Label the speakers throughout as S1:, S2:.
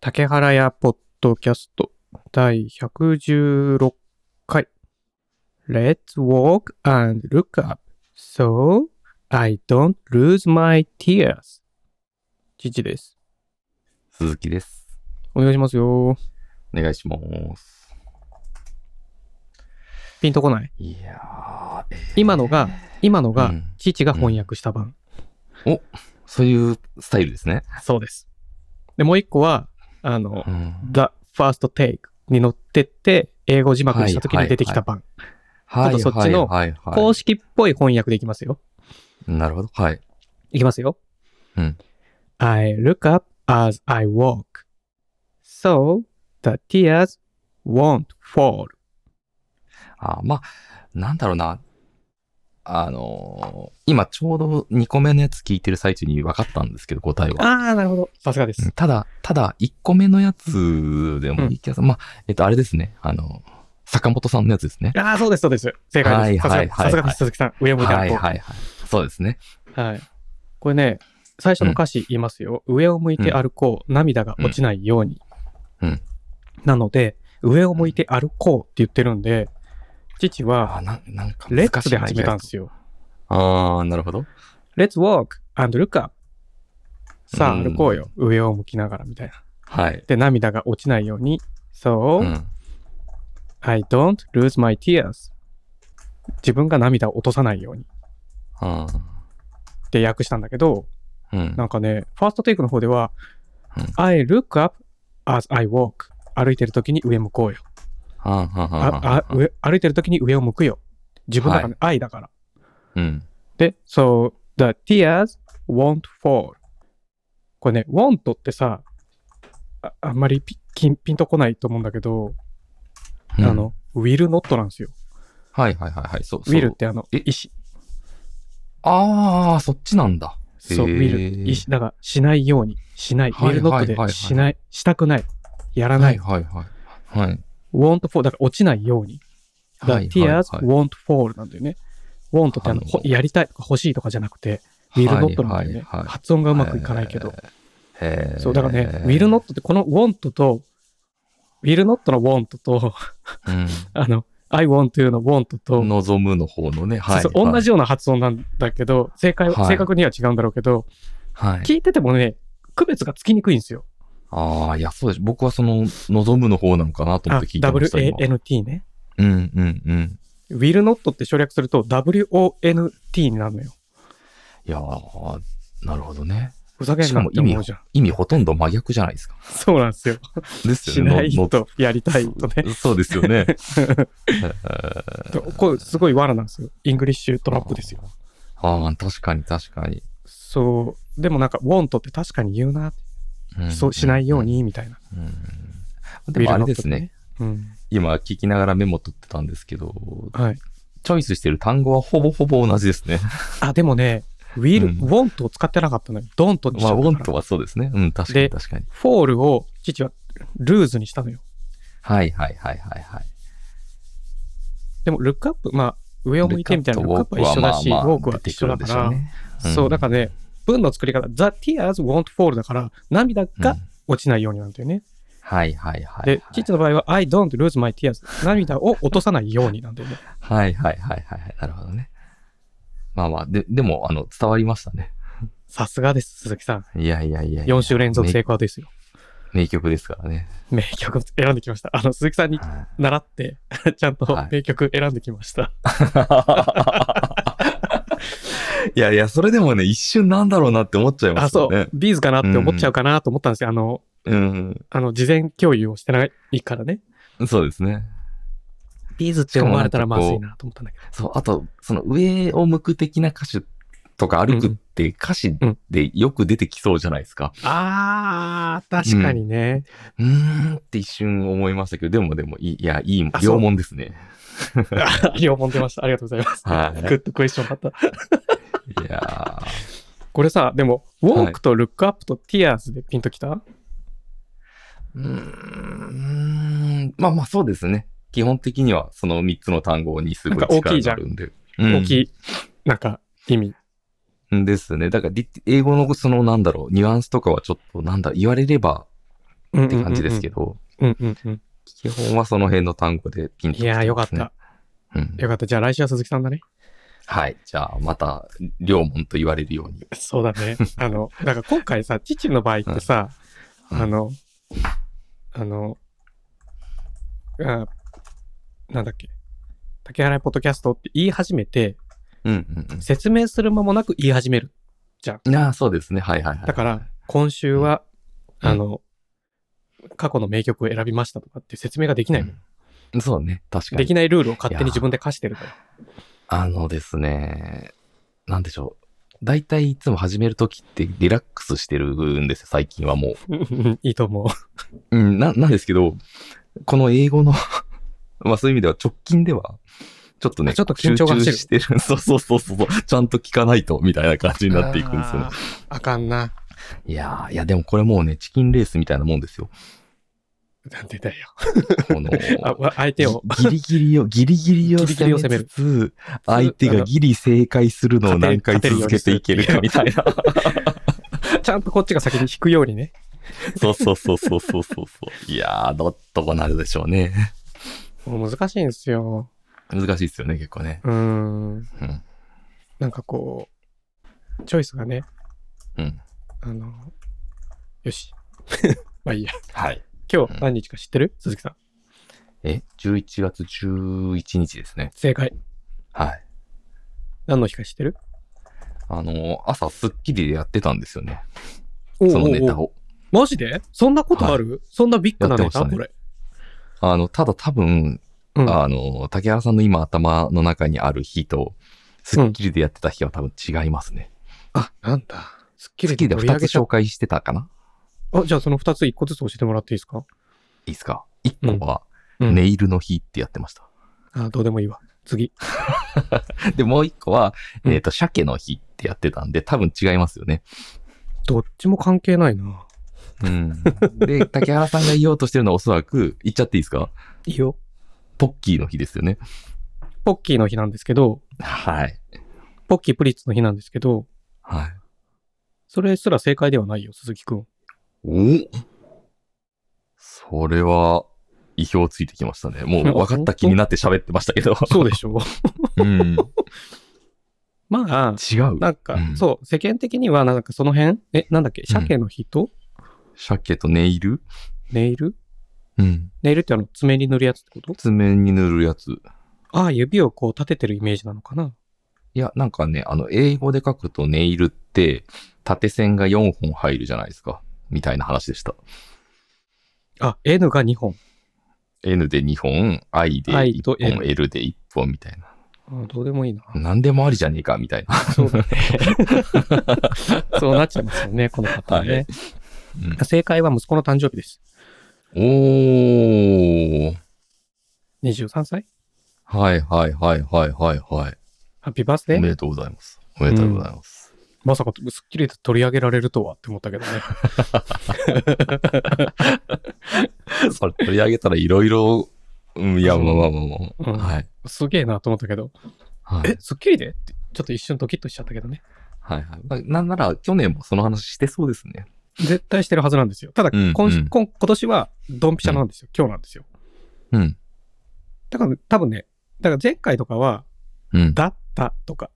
S1: 竹原屋ポッドキャスト第116回 Let's walk and look up so I don't lose my tears 父です。
S2: 鈴木です。
S1: お願いしますよ。
S2: お願いします。
S1: ピンとこない
S2: いやー、えー
S1: 今のが、今の
S2: う
S1: が
S2: ん
S1: 父が翻訳した版。
S2: そういうスタイルですね。
S1: そうです。で、もう一個は、あの、
S2: うん、
S1: The First Take に乗ってって、英語字幕にした時に出てきた版。
S2: はい
S1: ちょっとそっちの
S2: はいはいはい
S1: 公式っぽい翻訳でいきますよ。
S2: なるほど。はい。
S1: いきますよ。
S2: うん
S1: I look up as I walk. So the tears won't fall.
S2: あまあ、なんだろうな。あのー今ちょうど2個目のやつ聞いてる最中に分かったんですけど、答えは。
S1: ああ、なるほど。さすがで
S2: うん
S1: す。
S2: ただ、ただ、1個目のやつでもいいけど、まあ、えっと、あれですね。あの、坂本さんのやつですね。
S1: ああ、そうです、そうです。正解です。さす
S2: は
S1: が
S2: いはいはいはい
S1: さすがです、鈴木さん。上
S2: は
S1: 向い
S2: い
S1: て歩
S2: はい
S1: こう。
S2: はい。そうですね。
S1: はい。これね、最初の歌詞言いますよ。上を向いて歩こう、涙が落ちないように。
S2: うん
S1: なので、上を向いて歩こうって言ってるんで、父は、
S2: あななんか
S1: レッ
S2: 難
S1: ツ
S2: しい
S1: で
S2: な
S1: 始めたんですよ。
S2: ああ、なるほど。
S1: Let's walk and look up. さあ
S2: うん
S1: 歩こうよ。上を向きながらみたいな。
S2: はい。
S1: で、涙が落ちないように。
S2: う
S1: So,、
S2: ん。
S1: I don't lose my tears. 自分が涙を落とさないように。
S2: うん。
S1: って訳したんだけど、
S2: うん
S1: なんかね、ファーストテイクの方では、
S2: うん
S1: I look up as I walk. 歩いてる時に上向こうよ。
S2: はんはんはんはん
S1: ああ上歩いてる時に上を向くよ。自分の中の愛だから。
S2: うん。
S1: で、so the tears won't fall. これね、won't ってさ、ああんまりピキンピンとこないと思うんだけど、あ
S2: うん、
S1: の、will not なんですよ。
S2: はいはいはいはい。そう。
S1: will っ
S2: そう。
S1: てあの、
S2: え
S1: 意思。
S2: ああ、そっちなんだ。
S1: そう、
S2: へー
S1: will。意思。だから、しないように、しない。
S2: はい
S1: will not
S2: はいはいは
S1: で、
S2: い
S1: しない、したくない。やらな。
S2: はいいはいはい。はい。
S1: won't fall。だから、落ちないように。the
S2: はい
S1: tears
S2: はい
S1: won't fall なんだよね。want ってあの、
S2: あの
S1: ほやりたいとか欲しいとかじゃなくて、will not なんだよね。
S2: はいはいはい
S1: 発音がうまくいかないけど。。
S2: へえ。
S1: そう、だからね、will not って、この want と、will not の want と、 あの、I want to の want
S2: う
S1: と、
S2: ん。望むの方のね、はい。
S1: そうそう同じような発音なんだけど、正解は、
S2: はい
S1: 正確には違うんだろうけど、
S2: はい。はい。
S1: 聞いててもね、区別がつきにくいんですよ。
S2: ああ、いや、そうです。僕はその、望むの方なのかなと思
S1: あ
S2: って聞いてました。今
S1: WANT ね。
S2: うんうんうん。
S1: will not って省略すると WONT になるのよ。
S2: いやーなるほどね。
S1: ふざけんなって思うじゃん。
S2: 意味ほとんど真逆じゃないですか。
S1: そうなんですよ。
S2: です
S1: し
S2: よね。
S1: ない
S2: の
S1: とやりたいとね。
S2: のそうですよ ね。
S1: とこれすごい罠なんですよ。イングリッシュトラップですよ。
S2: ああ、確かに確かに。
S1: そう。でもなんか want って確かに言うな。そうしないよう
S2: に
S1: にみたいな。
S2: うんでもあれですね、
S1: will not とかね。
S2: 今聞きながらメモ取ってたんですけど、
S1: うん。はい。
S2: チョイスしてる単語はほぼほぼ同じです ね。
S1: あ、でもね、will、
S2: うん
S1: want を使ってなかったのよ。don't にし
S2: ま
S1: た
S2: あ、
S1: の
S2: ウ
S1: よ。
S2: ォントはそうですね。うん、確か
S1: で
S2: に確かに。
S1: fall を父は lose にしたのよ。
S2: はいはいはいはいはい。
S1: でも look up、まあ、上を向いてみたいな look up は一緒だし、
S2: まあまあ
S1: walk は一緒だから、
S2: 出てくるでしょね
S1: そう、だからね、文の作り方、the tears won't fall だから、涙
S2: う
S1: が
S2: ん
S1: 落ちないようになんだよね。
S2: はいはいはい。
S1: で、父の場合は、I don't lose my tears。涙を落とさないようになんだよね。
S2: はいはいはいはいはい。なるほどね。まあまあ、で、でも、あの、伝わりましたね。
S1: さすがです、鈴木さん。
S2: いやいやいやいや
S1: 4週連続成功ですよ。
S2: 名名曲ですからね。
S1: 名曲を選んできました。あの、鈴木さんに
S2: はい
S1: 習って、 ちゃんと
S2: はい
S1: 名曲選んできました。
S2: いやいや、それでもね、一瞬なんだろうなって思っちゃいま
S1: あ、
S2: すよ
S1: そ
S2: ね
S1: う。。ビーズかなって思っちゃうかなと思ったんですよ。あの、
S2: うん。
S1: あの、事前共有をしてないからね。
S2: そうですね。
S1: ビーズって
S2: 思われたらまずい
S1: なと思ったんだけど。
S2: そう、あと、その上を向く的な歌手とか歩くって歌詞でよく出てきそうじゃないですか。
S1: あー、確かにね。
S2: うーんって一瞬思いましたけど、でもでもいい、いや、いい
S1: あ、そう
S2: 両門ですね。
S1: 両本出ました。ありがとうございます。
S2: はい
S1: グッドクエスチョンだった。
S2: いや
S1: これさ、でも、ウォークとルックアップとティアーズでピンときた、
S2: ーうーん、まあまあそうですね。基本的にはその3つの単語にすごい
S1: なんか大き
S2: 力
S1: いじゃ
S2: が
S1: ん
S2: あるんで。
S1: 大きい、なんか、意味。
S2: うん。ですね。だから、り英語のそのなんだろう、ニュアンスとかはちょっとなんだ、言われれば
S1: っ
S2: って感じですけ
S1: ど。
S2: ど、
S1: うんうんうん。
S2: 基本はその辺の単語でピンとき
S1: い
S2: てます
S1: や
S2: ね
S1: ー、よかった。。
S2: うん、
S1: よかった。じゃあ来週は鈴木さんだね。
S2: はい。じゃあ、また、両門と言われるように。
S1: そうだ ね。あの、だから今回さ、父の場合ってさ、
S2: うん
S1: あの、あの、あなんだっけ、竹原ポッドキャストって言い始めて、
S2: うんうん
S1: 説明する間もなく言い始める。
S2: うん。ああ、そうですね。はいはいはい。
S1: だから、今週は、
S2: うん
S1: あの、過去の名曲を選びましたとかって説明ができないのよ、
S2: うんそうね。確かに。
S1: できないルールを勝手
S2: いや
S1: に
S2: ー
S1: 自分で課してるのよ
S2: あのですね、なんでしょう。大体いつも始めるときってリラックスしてるんですよ、最近はも
S1: うんいいと思う。
S2: う。うん、な、なんですけど、この英語の、 まあそういう意味では直近では、ちょっとね、
S1: あちょっと緊張が走る
S2: 集中してる。 そうそうそうそう、ちゃんと聞かないと、みたいな感じになっていくんですよね
S1: あ。ーあかんな。
S2: いやー、いやでもこれもうね、チキンレースみたいなもんですよ。
S1: なんでだよ。
S2: この、
S1: あわ相手を
S2: ギリギリを、ギリギリを
S1: ギリギリを攻
S2: 攻
S1: め
S2: め
S1: る
S2: つつ、相手がギリ正解するのを何回
S1: 勝てる
S2: 続けていけるかみたいな。
S1: ちゃんとこっちが先に引くようにね。
S2: そうそうそうそうそうそうそう。いやー、どっとこなるでしょうね。
S1: もう難しいんですよ。
S2: 難しいですよね、結構ね。
S1: うーん。
S2: うん。
S1: なんかこう、チョイスがね、
S2: うん。
S1: あの、よし。 まあいいや。
S2: はい。
S1: 今日何日か知ってる、鈴木さん。
S2: え、11月11日ですね。
S1: 正解。
S2: はい。
S1: 何の日か知ってる
S2: あのー、朝、スッキリでやってたんですよね。
S1: おうおう
S2: そ
S1: おう
S2: のネタを。
S1: マジでそんなことある、そんなビッグなネタ、
S2: やって
S1: こ
S2: ま
S1: れ。
S2: あの、ただ多分、
S1: うん。
S2: あの、竹原さんの今頭の中にある日と、スッキリでやってた日は多分違いますね。
S1: あなんだ。スッキ
S2: スッ
S1: リ
S2: キ
S1: で
S2: リで
S1: 取り
S2: 2
S1: 上
S2: つ
S1: げちゃ
S2: 紹
S1: っ
S2: 介してたかな
S1: た。あ、じゃあその2つ1個ずつ教えてもらっていいですか
S2: いいですか ?1 個は、
S1: うん
S2: ネイルの日ってやってました。
S1: あ、どうでもいいわ。次。
S2: で、もう1個は、
S1: うん
S2: えっ、と、鮭の日ってやってたんで、多分違いますよね。
S1: どっちも関係ないな。
S2: うん。 で、竹原さんが言おうとしてるのはおそらく、言っちゃっていいですか
S1: いいよ。
S2: ポッキーの日ですよね。
S1: ポッキーの日なんですけど、
S2: はい。
S1: ポッキープリッツの日なんですけど、
S2: はい。
S1: それすら正解ではないよ、鈴木くん。
S2: おそれは、意表をついてきましたね。もう分かった気になって喋ってましたけど。
S1: そうでしょう。
S2: うん。
S1: まあ、
S2: 違う。
S1: なんか、
S2: うん
S1: そう、世間的には、なんかその辺、え、なんだっけ、鮭の日と
S2: 鮭とネイル
S1: ネイル
S2: うん。
S1: ネイルってあの、爪に塗るやつってこと
S2: 爪に塗るやつ。
S1: ああ、指をこう立ててるイメージなのかない
S2: や、なんかね、あの、英語で書くとネイルって、縦線が4本入るじゃないですか。みたいな話でした。
S1: あ、N が2本。
S2: N で2本、I で
S1: I
S2: 1
S1: と
S2: 本、
S1: L
S2: L, で1本みたいな。
S1: あどうでもいいな。
S2: 何でもありじゃねえか、みたいな。
S1: そう だね。そうなっちゃいますよね、この方ね。正解は息子の誕生日です。
S2: うんおー。
S1: 23歳
S2: はいはいはいはいはいはい。
S1: ハッピーバースデ
S2: おめ
S1: ー
S2: でとうございます。おめでとうございます。
S1: まさか、スッキリで取り上げられるとはって思ったけどね。
S2: それ 取り上げたらいろいろ、うんいや、
S1: うん
S2: まあまあまあまあ。
S1: うん
S2: はい。
S1: すげえなと思ったけど、
S2: はい
S1: え、スッキリでって、ちょっと一瞬ドキッとしちゃったけどね。
S2: はいはい。まあなんなら、去年もその話してそうですね。
S1: 絶対してるはずなんですよ。ただ、
S2: うん
S1: 今し
S2: うん
S1: 今今年はドンピシャなんですよ。今日なんですよ。
S2: うん。
S1: だから多分ね、だから前回とかは、
S2: うん。
S1: だったとか、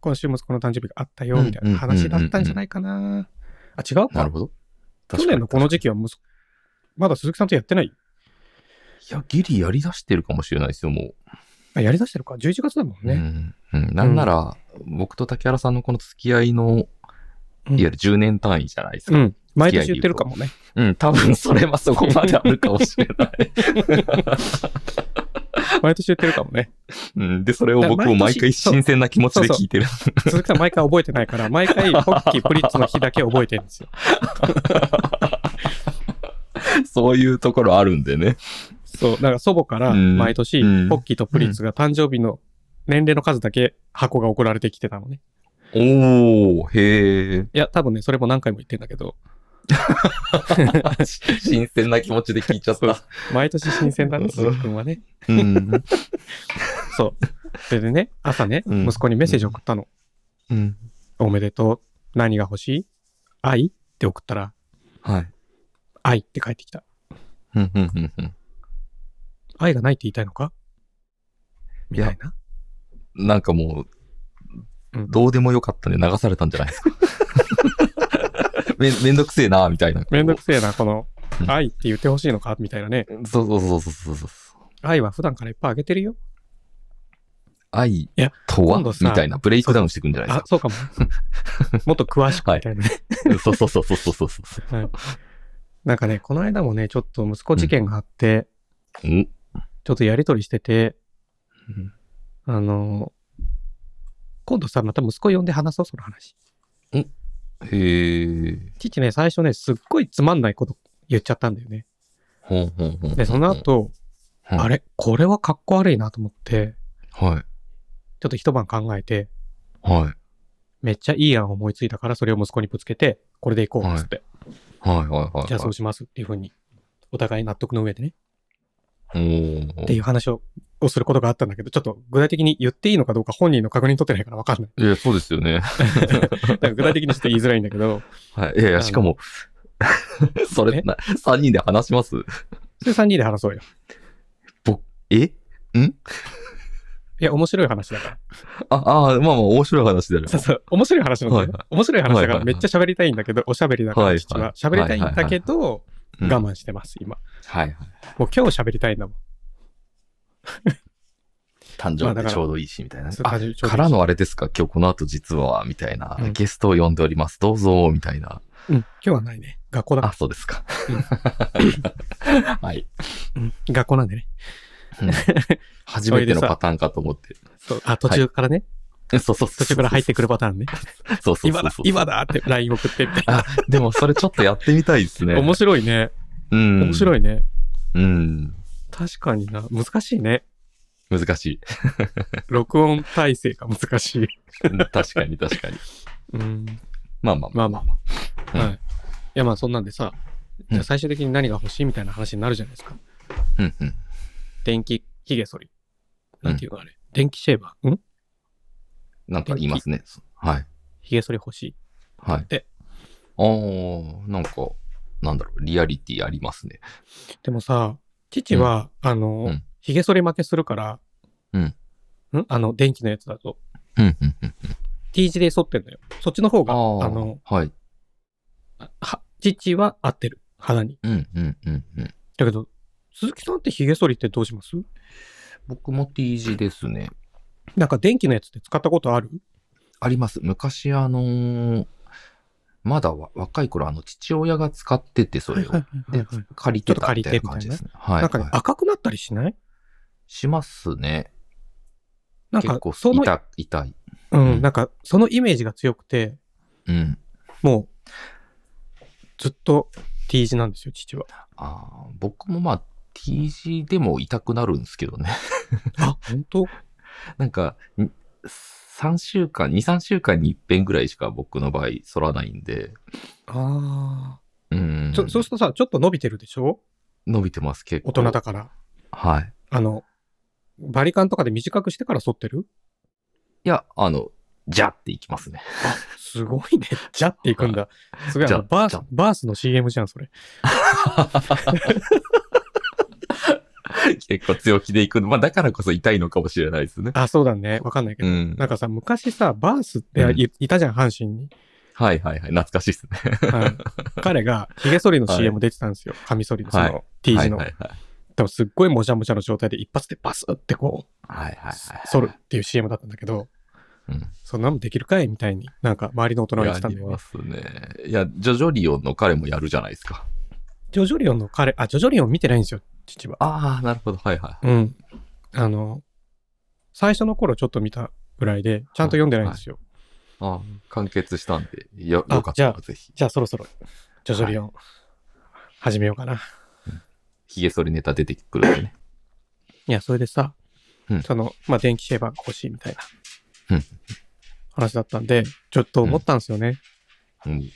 S1: 今週息子の誕生日があったよみたいな話だったんじゃないかな。あ、違う
S2: なる
S1: か。
S2: ほど。
S1: 去年のこの時
S2: 期。
S1: 期は息子、まだ鈴木さんとやってない
S2: いや、ギリやり出してるかもしれないですよ、も
S1: あ、やりだしてるか。11月だもん
S2: う。
S1: ね。
S2: うん。うん、なんなら、僕と竹原さんのこの付き合いの、い
S1: う
S2: わ
S1: ん
S2: ゆる10年単位じゃないです
S1: う
S2: か。
S1: ん。毎年言ってるかもね。
S2: うん、多分それはそこまであるかもしれ ない。
S1: 毎年言ってるかもね。
S2: うん、で、それを僕も毎回新鮮な気持ちで聞いてる。
S1: 鈴木さん毎回覚えてないから、毎 回ポッキープリッツの日だけ覚えてるんですよ。
S2: そういうところあるんでね。
S1: そう、だから祖母から
S2: うん
S1: 毎年、
S2: うん
S1: ポッキーとプリッツが誕生日の年齢の数だけ箱が送られてきてたのね。
S2: おー、へ ー。
S1: いや、多分ね、それも何回も言ってんだけど、
S2: 新鮮な気持ちで聞いちゃった。
S1: 毎年新鮮だね、鈴木くんはね。
S2: うん。
S1: そう。それでね、朝ね、
S2: うん
S1: 息子にメッセージ送ったの。
S2: うん。
S1: おめでとう。何が欲しい愛って送ったら、
S2: はい。
S1: 愛って返ってきた。
S2: うんうんうんうん
S1: 愛がないって言いたいのかみたいな。
S2: なんかも
S1: う
S2: う、
S1: ん
S2: どうでもよかったんで流されたんじゃないですか。 めめんどくせえな、みたいな。
S1: めんどくせえな、この
S2: う、ん
S1: 愛って言ってほしいのかみたいなね。
S2: そうそうそうそうそうそう。
S1: 愛は普段からいっぱいあげてるよ。
S2: 愛
S1: や
S2: とは
S1: 今度
S2: み
S1: さ
S2: たいな、ブレイクダウンしていくんじゃない
S1: あ、そうか も。もっと詳しく
S2: はい
S1: みたいなね。
S2: ですか。そうそうそうそうそうそうそう。
S1: なんかね、この間もね、ちょっと息子事件があって、
S2: うん
S1: ちょっとやりとりしてて、あの、今度さ、また息子呼んで話そう、その話。
S2: へえ。
S1: 父ね、最初ね、すっごいつまんないこと言っちゃったんだよね。
S2: ほんほんほん。
S1: で、その後、
S2: うん
S1: あれこれはかっこ悪いなと思って、
S2: は
S1: ちょっと一晩考えて、
S2: い。はい。
S1: めっちゃいい案を思いついたから、それを息子にぶつけて、これでいこう、つって。
S2: はいはいはいはい。
S1: じゃあそうしますっていうふうに、お互い納得の上でね、
S2: おー
S1: っていう話ををすることがあったんだけど、ちょっと具体的に言っていいのかどうか本人の確認取ってないから分かんない。
S2: いや、そうですよ ね。
S1: だから具体的にして言いづらいんだけど、
S2: はい。いやいや、しかも、 それ、
S1: え
S2: な3人で話します
S1: それ3人で話そうよ。
S2: え
S1: いや、面白い話 だから。
S2: あ、あーまあまあ、面白い話だよ。
S1: そうそう、 面白い話なんだよね
S2: は
S1: 面白い話だか
S2: はい
S1: ら
S2: はい
S1: めっちゃ喋りたいんだけど、おしゃべりだか
S2: は
S1: ら
S2: い
S1: 父は。
S2: はい
S1: 喋りたいんだけど、
S2: うん
S1: 我慢してます、今。
S2: はいはい。
S1: もう今日喋りたいんだもん。
S2: 誕
S1: まあだ
S2: 生日
S1: から
S2: ちょうどいいし、みたいなね。
S1: そう
S2: あ
S1: 誕生日ちょうどいいし
S2: からのあれですか、今日この後実は、みたいな、
S1: うん
S2: ゲストを呼んでおります、どうぞ、みたいな。
S1: うん、今日はないね。学校だ
S2: あ、
S1: か
S2: そうですか。 はい。
S1: ら。うん学校なんでね。
S2: 初めてのパターンかと思って。
S1: そうあ、途中からね、
S2: そうそうそう。
S1: 途中から入ってくるパターンね。
S2: そうそうそう
S1: 今
S2: そう
S1: だ、今だって LINE 送ってみたい
S2: あ、でもそれちょっとやってみたいですね。
S1: な。面白いね。
S2: うん。
S1: 面白
S2: い。
S1: いね。
S2: うん。
S1: 確かにな。難しいね。
S2: 難しい。
S1: 録音体制が難しい。
S2: 確かに確かに。
S1: うん。
S2: まあまあ
S1: ま
S2: ま
S1: あ
S2: あ。
S1: まあ。
S2: うん
S1: はい。いや、まあそんなんでさ、じゃ
S2: う
S1: あ
S2: ん
S1: 最終的に何が欲しいみたいな話になるじゃないですか。
S2: うんうん。
S1: 電気ひげ剃り。なんていうのあれ。電気シェーバー。ん
S2: なんか言いますね。はい。
S1: ひげ剃り欲しい。
S2: はい。
S1: で
S2: ああ、なんか、なんだろう、リアリティありますね。
S1: でもさ、父は、あの
S2: うん、
S1: ひげ剃り負けするから、
S2: うん
S1: んあの、電気のやつだと。
S2: うんうんうん。
S1: T 字で剃ってんだよ。そっちの方が、
S2: あ
S1: あ
S2: あ、
S1: の、
S2: はい。
S1: は、父は合ってる。肌に。
S2: うんうんうんうん。
S1: だけど、鈴木さんってひげ剃りってどうします
S2: 僕も T 字ですね。
S1: なんか電気のやつって使ったことある
S2: あります。昔、あのーまだわ若い頃、あの、父親が使ってて、それを。で、借りてたみたいな感じですね。はい。
S1: なんかね、
S2: はい
S1: 赤くなったりしない
S2: しますね。
S1: なん
S2: 結
S1: か
S2: 構、
S1: その、
S2: 痛痛い。
S1: うん、なんか、そのイメージが強くて、
S2: うん。
S1: もう、ずっと T 字なんですよ、父は。
S2: あー僕もまあ、T 字でも痛くなるんですけどね。
S1: あ、 本当
S2: なんか、に3週間、2、3週間に一遍ぐらいしか僕の場合、反らないんで、
S1: あ
S2: うん
S1: あ。。そ、そうするとさ、ちょっと伸びてるでしょ
S2: 伸びてます、結構。
S1: 大人だから。
S2: はい。
S1: あの、バリカンとかで短くしてから剃ってる
S2: いや、あの、じゃっていきますね。
S1: すごいね。じゃっていくんだ。すごい、あ
S2: じゃ
S1: の、バー
S2: じ
S1: ス
S2: ゃ、
S1: バースの CM じゃん、それ。
S2: 結構強気でいくの。まあ、だからこそ痛いのかもしれないですね。
S1: あ、そうだね。わかんないけ
S2: う
S1: ど。
S2: ん。
S1: なんかさ、昔さ、バースって
S2: うん
S1: いいたじゃん、阪神に。
S2: はいはいはい。懐かしいです ね。
S1: はい、彼が、ヒゲ剃りの
S2: はい
S1: CM 出てたんですよ。カミソリのそ
S2: はい
S1: の T
S2: は
S1: 字
S2: い
S1: の。
S2: はいはい。
S1: 多分すっごいもじゃもじゃの状態で一発でバスってこ
S2: はい
S1: う
S2: はい、はい。
S1: 剃るっていう CM だったんだけど、
S2: うん。
S1: そんなのできるかいみたいに、なんか周りの大人が言っ
S2: や
S1: てたん
S2: り
S1: だよね
S2: ま。すね。いや、ジョジョリオンの彼もやるじゃないですか。
S1: ジョジョリオンの彼、あ、ジョジョリオン見てないんですよ、父は。
S2: ああ、なるほど。はいはい。
S1: うん。あの、最初の頃ちょっと見たぐらいで、ちゃんと読んでないんですよ。
S2: あー完結したんで、よ、
S1: あ
S2: よかっ
S1: じゃ
S2: た
S1: あ
S2: らぜひ。
S1: じゃあそろそろ、ジョジョリオン、始めようかな。
S2: ひげ剃りネタ出てくるんでね。
S1: いや、それでさ、
S2: うん
S1: その、まあ、電気シェーバーが欲しいみたいな、
S2: うん
S1: 話だったんで、ちょっと思ったんですよね。
S2: うん。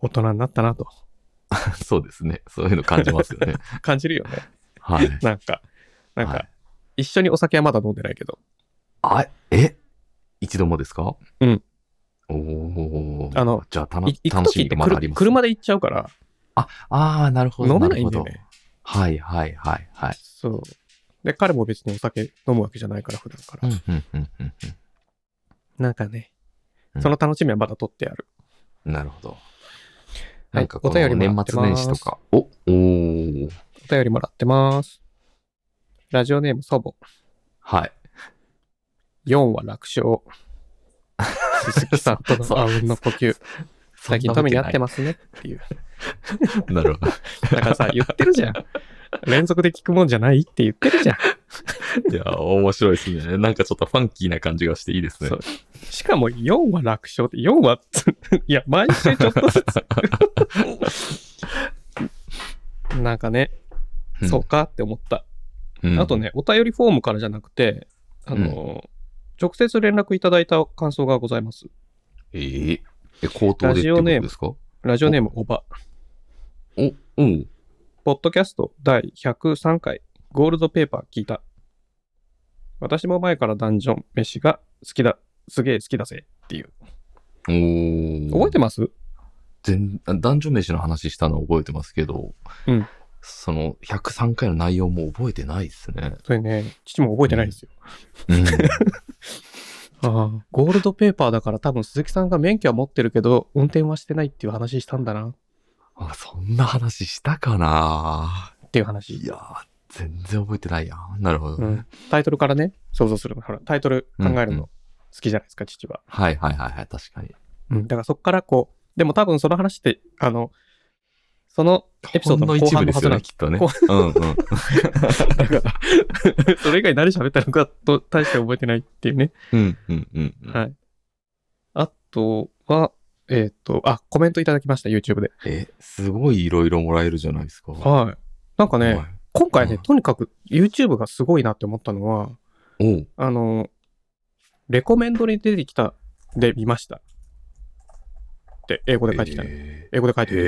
S1: 大人になったなと。
S2: そうですね。そういうの感じますよ ね。
S1: 感じるよね。
S2: はい。
S1: なんか、なんか、
S2: はい
S1: 一緒にお酒はまだ飲んでないけど、
S2: あ、え一度もですか
S1: うん。
S2: おお。
S1: あの、
S2: じゃあ、たの
S1: い行く
S2: 楽し
S1: 時っ
S2: み
S1: て
S2: がまだ
S1: 車
S2: あります、
S1: 車で行っちゃうから、
S2: あ、ああ、なるほど。
S1: 飲めないんだよ
S2: るほど
S1: ね。
S2: はいはいはいはい。
S1: そう。で、彼も別にお酒飲むわけじゃないから、普段から。
S2: うんうんうんうん
S1: なんかね
S2: う、ん
S1: その楽しみはまだ取ってある。
S2: うん。なるほど。
S1: はい
S2: なんかこ
S1: お便り
S2: の
S1: もらっ
S2: 年
S1: て
S2: 末
S1: ます
S2: 年始とか。お、おー。
S1: お便りもらってます。ラジオネーム祖母。
S2: はい。
S1: 4は楽 勝。鈴木さんとのあうんの呼 吸。最近富に合ってますねっていう。
S2: す。 なるほど。
S1: だからさ、言ってるじゃん。連続で聞くもんじゃないって言ってるじゃん。
S2: いや、面白いですね。なんかちょっとファンキーな感じがしていいですね
S1: そう。しかも4は楽勝って、4はつ、 いや、毎週ちょっとず つ。なんかね、
S2: ん
S1: そう。かって思った。
S2: うん
S1: あと。ね、お便りフォームからじゃなくて、あの、直接連絡いただいた感想がございます。
S2: えー、え、口頭でって
S1: ラジオ
S2: こと
S1: ネーム
S2: ですかお、
S1: ラジオネームおば。
S2: うん。
S1: ポッドキャスト第103回ゴールドペーパー聞いた。私も前からダンジョン飯が好きだ。すげえ好きだぜっていう。
S2: おー
S1: 覚えてます
S2: 全男女飯の話したのは覚えてますけど、
S1: うん
S2: その103回の内容も覚えてないですね。
S1: それね、父も覚えてないんですよ。
S2: うん、
S1: ああ、ゴールドペーパーだから多分鈴木さんが免許は持ってるけど、運転はしてないっていう話したんだな
S2: あそんな話したかな
S1: っていう話。
S2: いやー、全然覚えてないやん。なるほど。
S1: うん、タイトルからね、想像するの。ほら、タイトル考える
S2: うんうん
S1: の好きじゃないですか、父は。
S2: はいはいはいはい、確かに。
S1: うん、だからそこからこう、でも多分その話って、あの、その エピソード
S2: ほ
S1: の
S2: ん
S1: 後
S2: 一部
S1: 半
S2: で
S1: のは
S2: す
S1: ず
S2: よ
S1: なん
S2: ね、
S1: です後。
S2: きっとねうんうん。
S1: だから、それ以外何喋ったのかと大して覚えてないっていうね。
S2: うんうんうんうん。
S1: はい。あとは、えっ、と、あ、コメントいただきました、YouTube で。
S2: え、すごいいろいろもらえるじゃないですか。
S1: はい。なんか
S2: は
S1: ね、
S2: い。
S1: 今回ね、
S2: うん
S1: とにかく YouTube がすごいなって思ったのは、
S2: おう
S1: あの、レコメンドに出てきたで見ました。って、英語で書いてきたね。
S2: へ
S1: 英語で書い
S2: ー
S1: てきた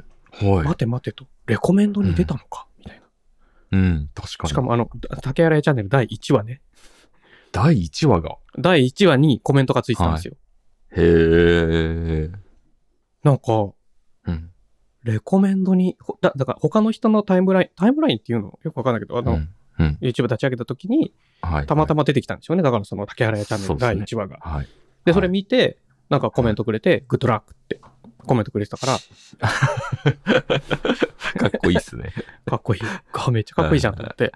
S1: ね、
S2: へえ。は
S1: 待
S2: い。
S1: て待てと、レコメンドに出たのか、みたい
S2: うん、確
S1: な。
S2: かに。
S1: しかも、あの、竹原屋チャンネル第1話ね。
S2: 第1話が。
S1: 第1話にコメントがついてたんですよ。
S2: へえ。
S1: なんか、
S2: うん。
S1: レコメンドに、ほだだから他の人のタイムライン、タイムラインっていうのよくわかんないけど、あの、
S2: うんうん。
S1: YouTube 立ち上げた時に、
S2: はい。
S1: たまた
S2: ま。
S1: ま出てきたんでしょうね。だからその竹原屋チャンネ
S2: そう
S1: ル
S2: ですね
S1: 第1話が。
S2: はい。
S1: で、それ見て、なんかコメントくれて、グッドラックってコメントくれてたから、
S2: かっこいいっすね。
S1: かっこいい。 あめっちゃかっこいいじゃんと思って。
S2: へ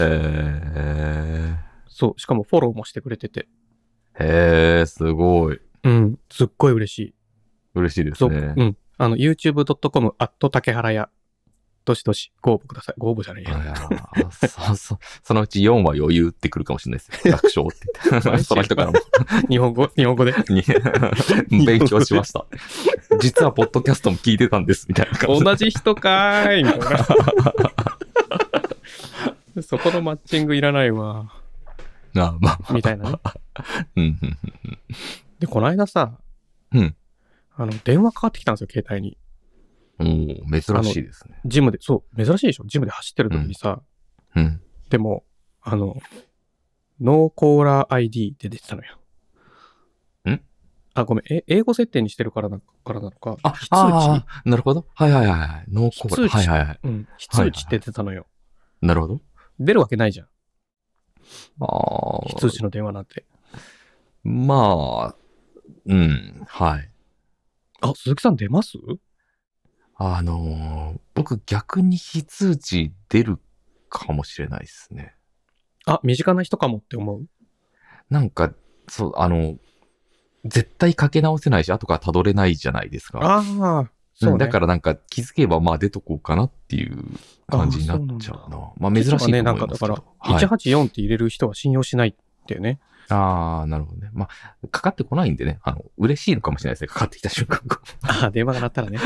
S2: え。
S1: そう、しかもフォローもしてくれてて。
S2: へえ、すごい。
S1: うん、すっごい嬉しい。
S2: 嬉しいで
S1: そ
S2: す
S1: う、
S2: ね。
S1: うん。あの、youtube.com、アット竹原屋、どしどしご応募ください。ご応募じゃない
S2: いや
S1: や。
S2: ーそそそのうち4は余裕ってくるかもしれない ですよ。楽勝って言っ
S1: 毎
S2: て。
S1: 週
S2: その 人からも。
S1: 日本語、日本語で。
S2: に勉強しました。実は、ポッドキャストも聞いてたんです、みたいな感じ。
S1: 同じ人かーいみた いな。そこのマッチングいらないわ。
S2: あまあ、
S1: みたいなね。
S2: うん、うん
S1: で、この間さ、
S2: うん
S1: あの、電話かかってきたんですよ、携帯に。
S2: うん。おー珍しいですね。
S1: ジムで、そう、珍しいでしょジムで走ってる時にさ、
S2: うん。
S1: でも、あの、ノーコーラー ID って出てたのよ。
S2: ん
S1: あ、ごめん。え、英語設定にしてるからなからなのか。
S2: あ、ああ、なるほど。はいはいはいはい。濃厚
S1: 非通知
S2: はいはいはい。
S1: うん。非通知って出てたのよ。
S2: なるほど。
S1: 出るわけないじゃん。
S2: ああ
S1: 非。通知の電話なんて。
S2: まあ、うん、はい。
S1: あ、鈴木さん出ます
S2: あのー僕逆に非通知出るかもしれないですね。
S1: あ、身近な人かもって思う
S2: なんか、そう、あの、絶対かけ直せないし、後から辿れないじゃないですか。
S1: ああ、そう、
S2: う
S1: ね。、
S2: んだかららなんか気づけばまあ出とこうかなっていう感じになっちゃ
S1: あー
S2: うな。まあ珍しいと思い
S1: ね、な
S2: ま
S1: ん
S2: すけ
S1: か
S2: ど。
S1: だから、
S2: はい、
S1: 184って入れる人は信用しないっていう ね。
S2: ああ、なるほどね。まあ、かかってこないんでね、あの、嬉しいのかもしれないですね。かかってきた瞬間。
S1: ああ、電話が鳴った らね。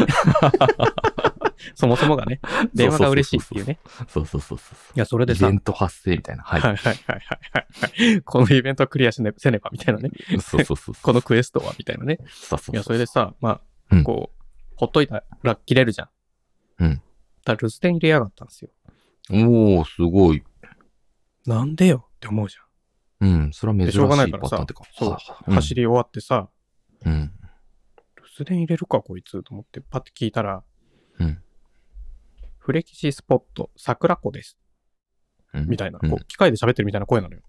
S1: そもそもがね、電話が嬉しいっていうね。
S2: そうそうそうそうそう。
S1: いや、それで
S2: イ
S1: さ、
S2: ベ
S1: はい
S2: ント発生みたいな。はい。
S1: はいはいはいはい。 このイベントをクリアしねせねばみたいなね。
S2: そうそうそうそう。
S1: このクエストはみたいなね。
S2: そうそうそう
S1: いや、それでさ、ま
S2: う
S1: あ、
S2: ん
S1: こう、ほっといたら切れるじゃん。
S2: うん。
S1: だから留守電入れやがったんですよ。
S2: おおすごい。
S1: なんでよって思うじ
S2: うん、それは珍し
S1: しょうがない
S2: い
S1: から
S2: パ
S1: さ
S2: ターンってか。
S1: そう
S2: はあ
S1: ゃん。走り終わってさ、
S2: うん。
S1: 留守電入れるか、こいつと思って、パッて聞いたら、
S2: うん
S1: フレキシスポット、桜子です。
S2: うん
S1: みたいな、
S2: うん
S1: こう、機械で喋ってるみたいな声なのよ。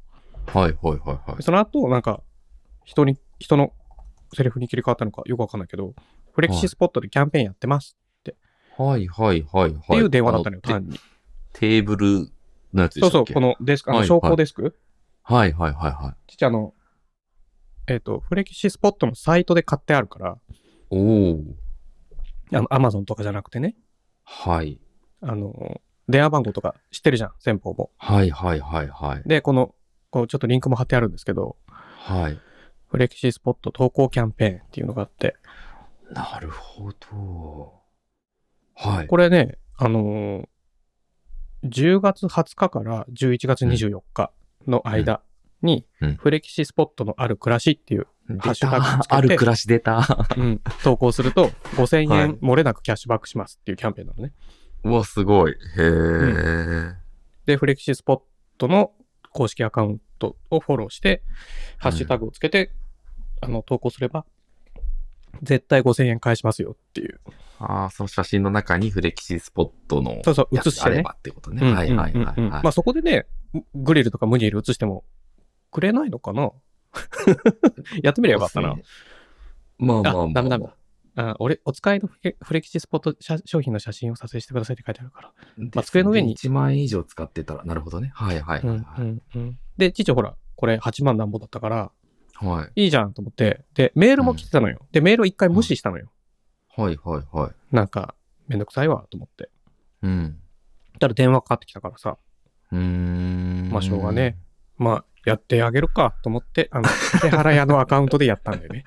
S2: はいはいはいは
S1: で
S2: い。
S1: その後、なんか、人に、人のセリフに切り替わったのかよくわかんないけど、フレキシスポットでキャンペーンやってます
S2: はいはいはいはい。っ
S1: っていう電話だったのよ、単
S2: テ
S1: に。
S2: テーブルのやつで
S1: そう
S2: した
S1: そ
S2: っ
S1: う、
S2: け
S1: このデスク、あの、
S2: はい
S1: 昇降デスク
S2: はいはいはいはい。
S1: ちっちゃいあの、えっ、と、フレキシスポットのサイトで買ってあるから、
S2: おお。
S1: あの、アマゾンとかじゃなくてね、
S2: はい。
S1: あの、電話番号とか知ってるじゃん、先方も。
S2: はいはいはいはい。
S1: で、この、こう、ちょっとリンクも貼ってあるんですけど、
S2: はい。
S1: フレキシスポット投稿キャンペーンっていうのがあって、
S2: なるほど。はい。
S1: これね、あのー10月20日から11月24日の間に
S2: うんうん、
S1: フレキシスポットのある暮らしっていう、
S2: 出た
S1: ハッシュタグつけて
S2: ある暮らし出た。
S1: うん投稿すると、5000
S2: はい
S1: 円漏れなくキャッシュバックしますっていうキャンペーンなのね。
S2: うわ、すごい。へえ、
S1: で、フレキシスポットの公式アカウントをフォローして、ハッシュタグをつけて、あの、投稿すれば、絶対5000円返しますよっていう。
S2: ああ、その写真の中にフレキシスポットの
S1: そうそう、
S2: や
S1: 写
S2: つ
S1: し
S2: あ
S1: て
S2: れ
S1: ね。
S2: ばってこと
S1: う
S2: ね。
S1: ん
S2: はいはいはい
S1: うんうんうん
S2: は
S1: まあそこでね、グリルとかムニエル映してもくれないのかな やってみ
S2: い。
S1: ればよかったな。
S2: まあまあまあ。
S1: あ、ダメダメだ。あ俺、お使いのフレフレキシスポット写商品の写真を撮影してくださいって書いてあるから。まあ机の上に
S2: 1万円以上使ってたら、なるほどね。はいはいはい、
S1: うん
S2: は
S1: う
S2: い
S1: んうん、で、父ほら、これ8万なんぼだったから、
S2: はい。
S1: いいじゃんと思って、で、メールも来てたのよ。で、メールを一回無視したのよ。
S2: はいはいはい。
S1: なんか、めんどくさいわと思って。
S2: うん。
S1: たら電話かかってきたからさ、
S2: うーん。
S1: まあしょうがね。まあ、やってあげるかと思って、 あの、手原屋のアカウントでやったんだよね。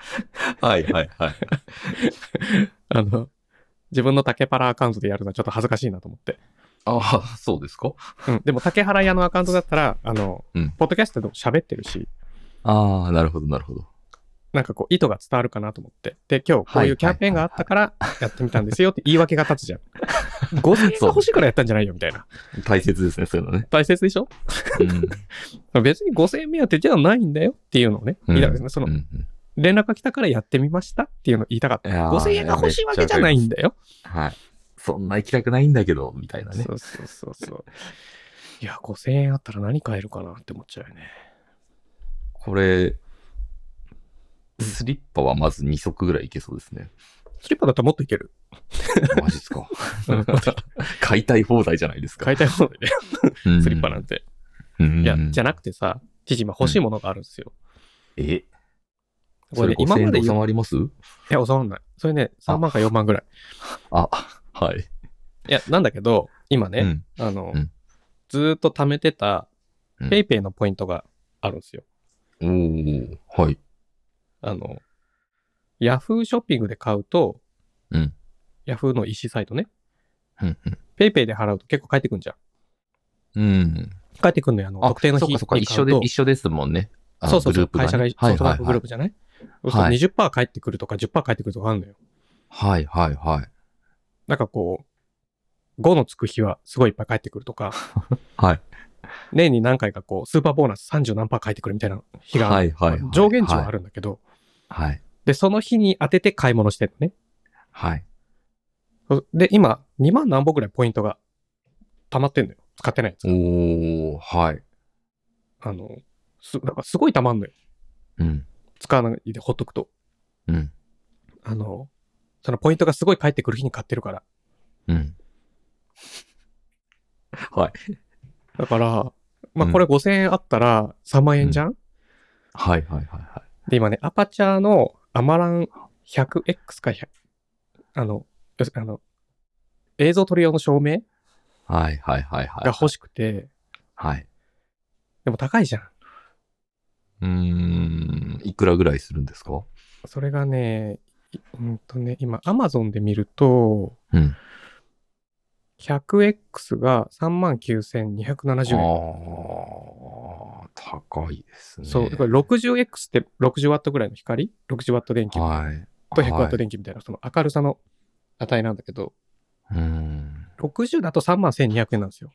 S2: はいはいはい。
S1: あの、自分の竹パラアカウントでやるのはちょっと恥ずかしいなと思って。
S2: ああ、そうですか
S1: うん。でも竹原屋のアカウントだったら、あの、
S2: うん
S1: ポッドキャストでも喋ってるし、
S2: ああ、なるほどなるほど。
S1: なんかこう意図が伝わるかなと思って。で、今日こう
S2: はいいう
S1: キャンペーンがあったからやってみたんですよって言い訳が立つじ ゃん。5000円が欲しいからやったんじゃないよみたいな。
S2: 大切ですね、そういうのね。
S1: 大切でしょ
S2: うん。
S1: 別に5000円目当てじゃないんだよっていうのをね、言いたかったですね。その
S2: う、んうん
S1: 連絡が来たからやってみましたっていうのを言いたかった。
S2: いやー
S1: 5000円が欲しいわけじゃないんだよ。
S2: はい。そんな行きたくないんだけど、みたいなね。
S1: そうそうそうそう。いや、5000円あったら何買えるかなって思っちゃうよね。
S2: これ、スリッパはまず2足ぐらいいけそうですね。
S1: スリッパだったらもっとい ける。
S2: マジっすか
S1: うん。
S2: 買いたい放題じゃないですか。
S1: 買いたいものでね、
S2: うん
S1: スリッパなんて。
S2: うん
S1: いや、じゃなくてさ、父今欲しいものがあるんですよ。
S2: え
S1: こ
S2: そ
S1: れね、
S2: れ
S1: 今
S2: 今
S1: ま
S2: ま
S1: で
S2: で
S1: 言
S2: 収
S1: う。
S2: まります
S1: いや、収まんない。それね、3万か4万ぐらい。
S2: あ、はい。
S1: いや、なんだけど、今
S2: う
S1: ね、
S2: ん
S1: あの
S2: うん、
S1: ずーっと貯めてた
S2: う、ん
S1: ペイペイのポイントがあるんですよ。
S2: おーはい。
S1: あの、ヤフーショッピングで買うと
S2: うん、
S1: ヤフーの EC サイトね、
S2: うん
S1: ペイペイで払うと結構返ってくんじゃん。
S2: うん。
S1: 返ってくんのよ、あの、
S2: あ
S1: 特定の
S2: そ
S1: 日
S2: う
S1: に
S2: かそうか、
S1: 買
S2: 一緒
S1: う
S2: で
S1: と、
S2: 一緒ですもんね。あの
S1: そうそうそう、
S2: グル
S1: 会
S2: ープ
S1: 社
S2: が
S1: が
S2: ね
S1: ソフトバンクグ
S2: はいは
S1: ル
S2: いは
S1: ー
S2: い
S1: プじゃないそうすると20%返ってくるとか10%返ってくるとかあるのよ。
S2: はいはいはい。
S1: なんかこう、5のつく日はすごいいっぱい帰ってくるとか、
S2: はい。
S1: 年に何回かこう、スーパーボーナス30何パー帰ってくるみたいな日がある、
S2: いは
S1: まあ上限値はあ
S2: る。
S1: るんだけど、
S2: はい。
S1: で、その日に当てて買い物してるのね。
S2: はい。
S1: で、今、2万何本ぐらいポイントが溜まってんのよ。使ってないやつ
S2: お。ー、はい。
S1: あの、す、なんかすごい溜まんのよ。
S2: うん。
S1: 使わないでほっとくと。
S2: うん。
S1: あの、そのポイントがすごい返ってくる日に買ってるから。
S2: うん。はい。
S1: だから、まあ
S2: うん
S1: これ5000円あったら3万円じゃん、
S2: はいはいはいはい。
S1: で、今ね、アパチャーのアマラン 100X か100、あの、要すあの、映像撮る用の照明
S2: はいはいはいはい。
S1: が欲しくて、
S2: はい。
S1: でも高いじゃん。
S2: うーん。いくらぐらいするんですか
S1: それがね、いうんとね、今、アマゾンで見ると、
S2: うん。
S1: 100X が39,270円。
S2: ああ、高いですね。
S1: そう。だから 60X って60ワットぐらいの光 ?60 ワット電気
S2: はい。
S1: と100ワット
S2: で。
S1: 電気みたいな、その明るさの値なんだけど、
S2: うん。
S1: 60だと31,200円なんですよ。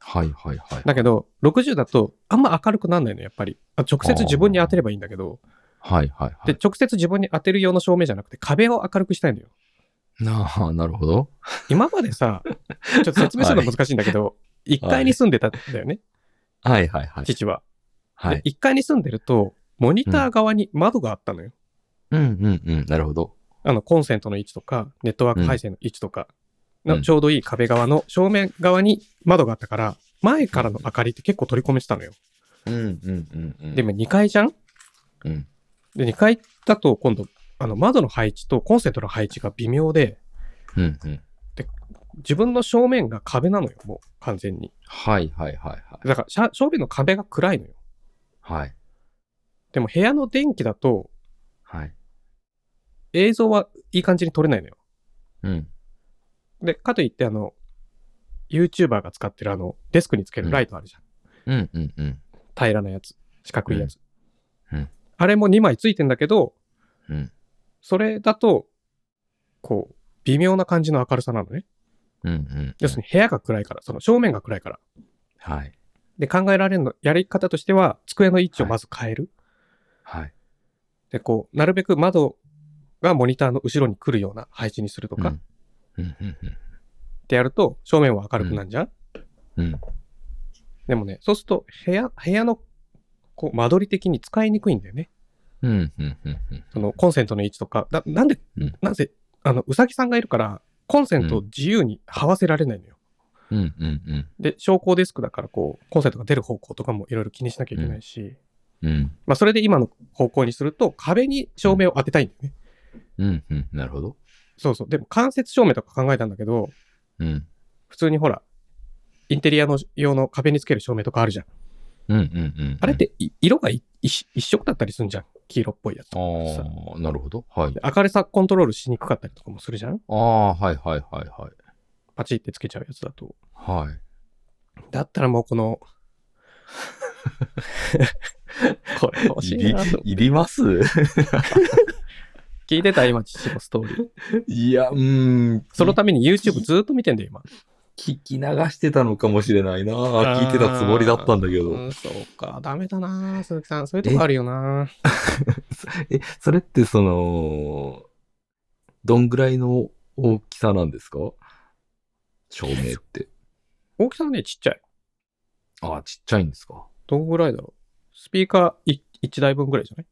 S2: はいはいはい。
S1: だけど、60だと、あんま明るくなんないの、やっぱり。あ直接自分に当てればいいんだけど、
S2: はいはいは
S1: で、
S2: い。
S1: 直接自分に当てる用の照明じゃなくて、壁を明るくしたいのよ。
S2: なあ、 なるほど。
S1: 今まで さ、ちょっと説明するの難しいんだけど、1階に住んでたんだよね、
S2: はいはいはい。
S1: 父は。
S2: はい。
S1: 1階に住んでると、モニター側に窓があったのよ。
S2: うんうんうん。なるほど。
S1: あの、コンセントの位置とか、ネットワーク配線の位置とか、
S2: う
S1: の
S2: ん
S1: ちょうどいい壁側の正面側に窓があったから、前からの明かりって結構取り込めてたのよ。
S2: うんうんうんうん
S1: でも2階じゃん
S2: うん。
S1: で、2階だと今度、あの、窓の配置とコンセントの配置が微妙で、
S2: うんうん。
S1: 自分の正面が壁なのよ、もう完全に。
S2: はいはいはいはい。
S1: だからしゃ、正面の壁が暗いのよ。
S2: はい。
S1: でも部屋の電気だと
S2: はい。
S1: 映像はいい感じに撮れないのよ。
S2: うん。
S1: で、かといってあの、YouTuber が使ってるあの、デスクにつけるライトあるじゃん。
S2: うんうんうん。
S1: 平らなやつ。四角いやつ。
S2: うんうん
S1: あれも2枚ついてんだけど、
S2: うん
S1: それだと、こう、微妙な感じの明るさなのね。
S2: うんうん。
S1: 要するに部屋が暗いから、その正面が暗いから。
S2: はい。
S1: で、考えられるの、やり方としては、机の位置をまず変える。
S2: はい。
S1: で、こう、なるべく窓がモニターの後ろに来るような配置にするとか、
S2: う
S1: っ
S2: んうんうん
S1: てやると、正面は明るくなるじゃん、
S2: うん。うん。
S1: でもね、そうすると、部屋、部屋の、こう、間取り的に使いにくいんだよね。
S2: うんうんうんうん。
S1: その、コンセントの位置とか、だなんで、
S2: うん
S1: なぜ、あの、うさぎさんがいるから、コンセントを自由に這わせられないのよ。
S2: うんうんうん
S1: で、昇降デスクだから、こう、コンセントが出る方向とかもいろいろ気にしなきゃいけないし、
S2: うん。
S1: まあ、それで今の方向にすると、壁に照明を当てたいんだよね。
S2: うんうん。なるほど。
S1: そうそう。でも、間接照明とか考えたんだけど、
S2: うん。
S1: 普通にほら、インテリアの用の壁につける照明とかあるじゃん。
S2: うんうんうん。
S1: あれってい色がい一一色だったりするじゃん。黄色っぽいやつ。
S2: ああ、なるほど。はい
S1: で。明るさコントロールしにくかったりとかもするじゃん。
S2: ああ、はいはいはいはい。
S1: パチってつけちゃうやつだと。
S2: はい。
S1: だったらもうこ の、これ欲しいなと。
S2: いります
S1: 聞いてた今、父のストーリー。
S2: いや、うーん。
S1: そのために YouTube ずーっと見てんだよ、今。
S2: 聞き流してたのかもしれないな。聞いてたつもりだったんだけ
S1: う
S2: ど。
S1: んそうか、ダメだな鈴木さん。そういうとこあるよな
S2: え、それってその、どんぐらいの大きさなんですか照明って。
S1: 大きさはね、ちっちゃい。
S2: ああ、ちっちゃいんですか。
S1: どんぐらいだろう。スピーカー1台分ぐらいじゃない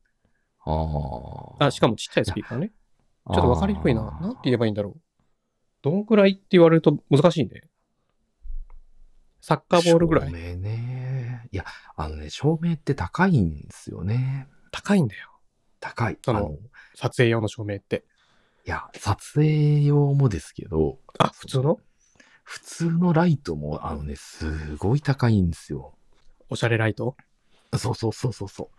S2: ああ。
S1: あ、しかもちっちゃいスピーカーね。
S2: も
S1: ちょっと分かりにくいな。なんて言えばいいんだろう。どんくらいって言われると難しいね。サッカーボールぐら
S2: 照
S1: い。
S2: 明ね。いや、あのね、照明って高いんですよね。
S1: 高いんだよ。
S2: 高い。
S1: その
S2: あの
S1: 撮影用の照明って。
S2: いや、撮影用もですけど、
S1: あ、普通の
S2: 普通のライトも、あのね、すごい高いんですよ。
S1: おしゃれライト
S2: そうそうそうそうそ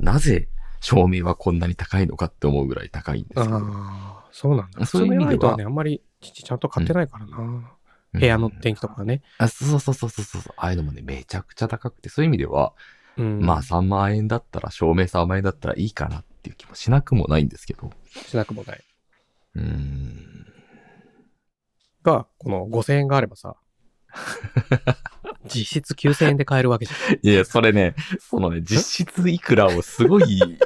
S2: う。なぜ照明はこんなに高いのかって思うぐらい高いんですけど。
S1: ああ、そうなんだ。普
S2: そうい
S1: 通
S2: う意味
S1: の
S2: では
S1: ライトはね、あんまり父ちゃんと買ってないからな。部屋の
S2: うん
S1: 電気とかね。
S2: あそうそうそうそうそう。ああいうのもね、めちゃくちゃ高くて、そういう意味では、
S1: うん。
S2: まあ3万円だったら、照明3万円だったらいいかなっていう気もしなくもないんですけど。
S1: しなくもない。
S2: うーん。
S1: が、この5000円があれば さ。実質9000円で買えるわけじゃん。
S2: いや、それね、そのね、実質いくらをすごい、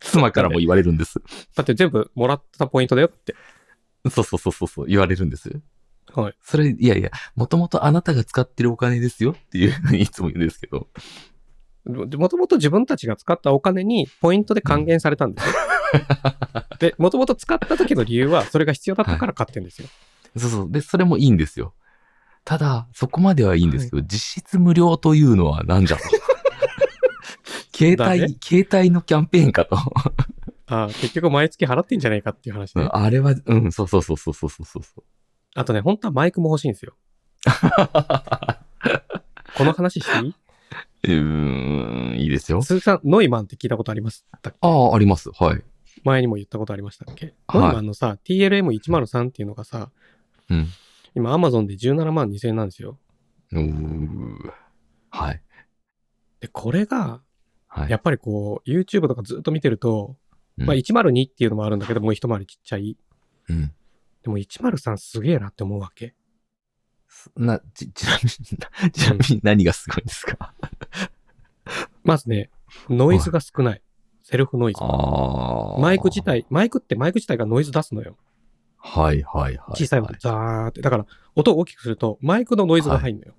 S2: 妻からも言われるんです。
S1: だって全部もらったポイントだよって。
S2: そうそうそうそうそう、言われるんです。
S1: はい。
S2: それ、いやいや、もともとあなたが使ってるお金ですよっていう ふうにいつも言うんですけど。
S1: ももともと自分たちが使ったお金にポイントで還元されたん ですよ。で、もともと使った時の理由は、それが必要だったから買ってんですよ。
S2: そうそう。で、それもいいんですよ。ただ、そこまではいいんですけど、実質無料というのは何 じゃと。携
S1: だね
S2: 帯、携帯のキャンペーンかと。
S1: ああ結局毎月払ってんじゃないかっていう話
S2: う
S1: ね。
S2: んあれは、うん、そうそうそうそうそうそうそう。
S1: あとね、本当はマイクも欲しいんです よ。この話していいう
S2: ーん、いいですよ。
S1: 鈴木さん、ノイマンって聞いたことありますだっけ
S2: ああ、あります。はい。
S1: 前にも言ったことありましたっけ、
S2: はい
S1: ノイマンのさ、TLM103 っていうのがさ、
S2: うん。
S1: 今 Amazon で17万2000円なんですよ。
S2: うーはい。
S1: で、これが、
S2: はい。
S1: やっぱりこう、YouTube とかずっと見てると、
S2: うん
S1: まあ102っていうのもあるんだけど、もう一回りちっちゃい。
S2: うん。
S1: でも103すげえなって思うわけ。
S2: な、ち、ちなみに、ちなみに何がすごいんですか
S1: まずね、ノイズが少ない。セルフノイズ。
S2: ああ。
S1: マイク自体、マイクってマイク自体がノイズ出すのよ。
S2: はいはいはい。
S1: 小さい音、ザーって。だから、音を大きくすると、マイクのノイズが入るのよ。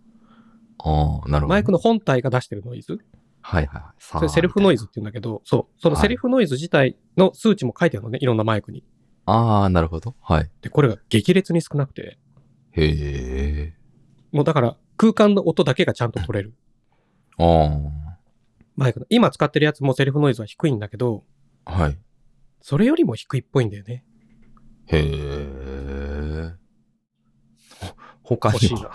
S2: ああ、なるほど。
S1: マイクの本体が出してるノイズ。
S2: はいはいはい。さ
S1: それセルフノイズって言うんだけど、そう。そのセルフノイズ自体の数値も書いてあるのね、いろんなマイクに。
S2: ああ、なるほど。はい。
S1: で、これが激烈に少なくて、
S2: へえ。
S1: もうだから、空間の音だけがちゃんと取れる。
S2: あ
S1: マイクの。今使ってるやつもセルフノイズは低いんだけど、
S2: あ、はい。
S1: それよりも低いっぽいんだよね。
S2: へえ。ほ他
S1: 欲しい
S2: に
S1: な
S2: は、。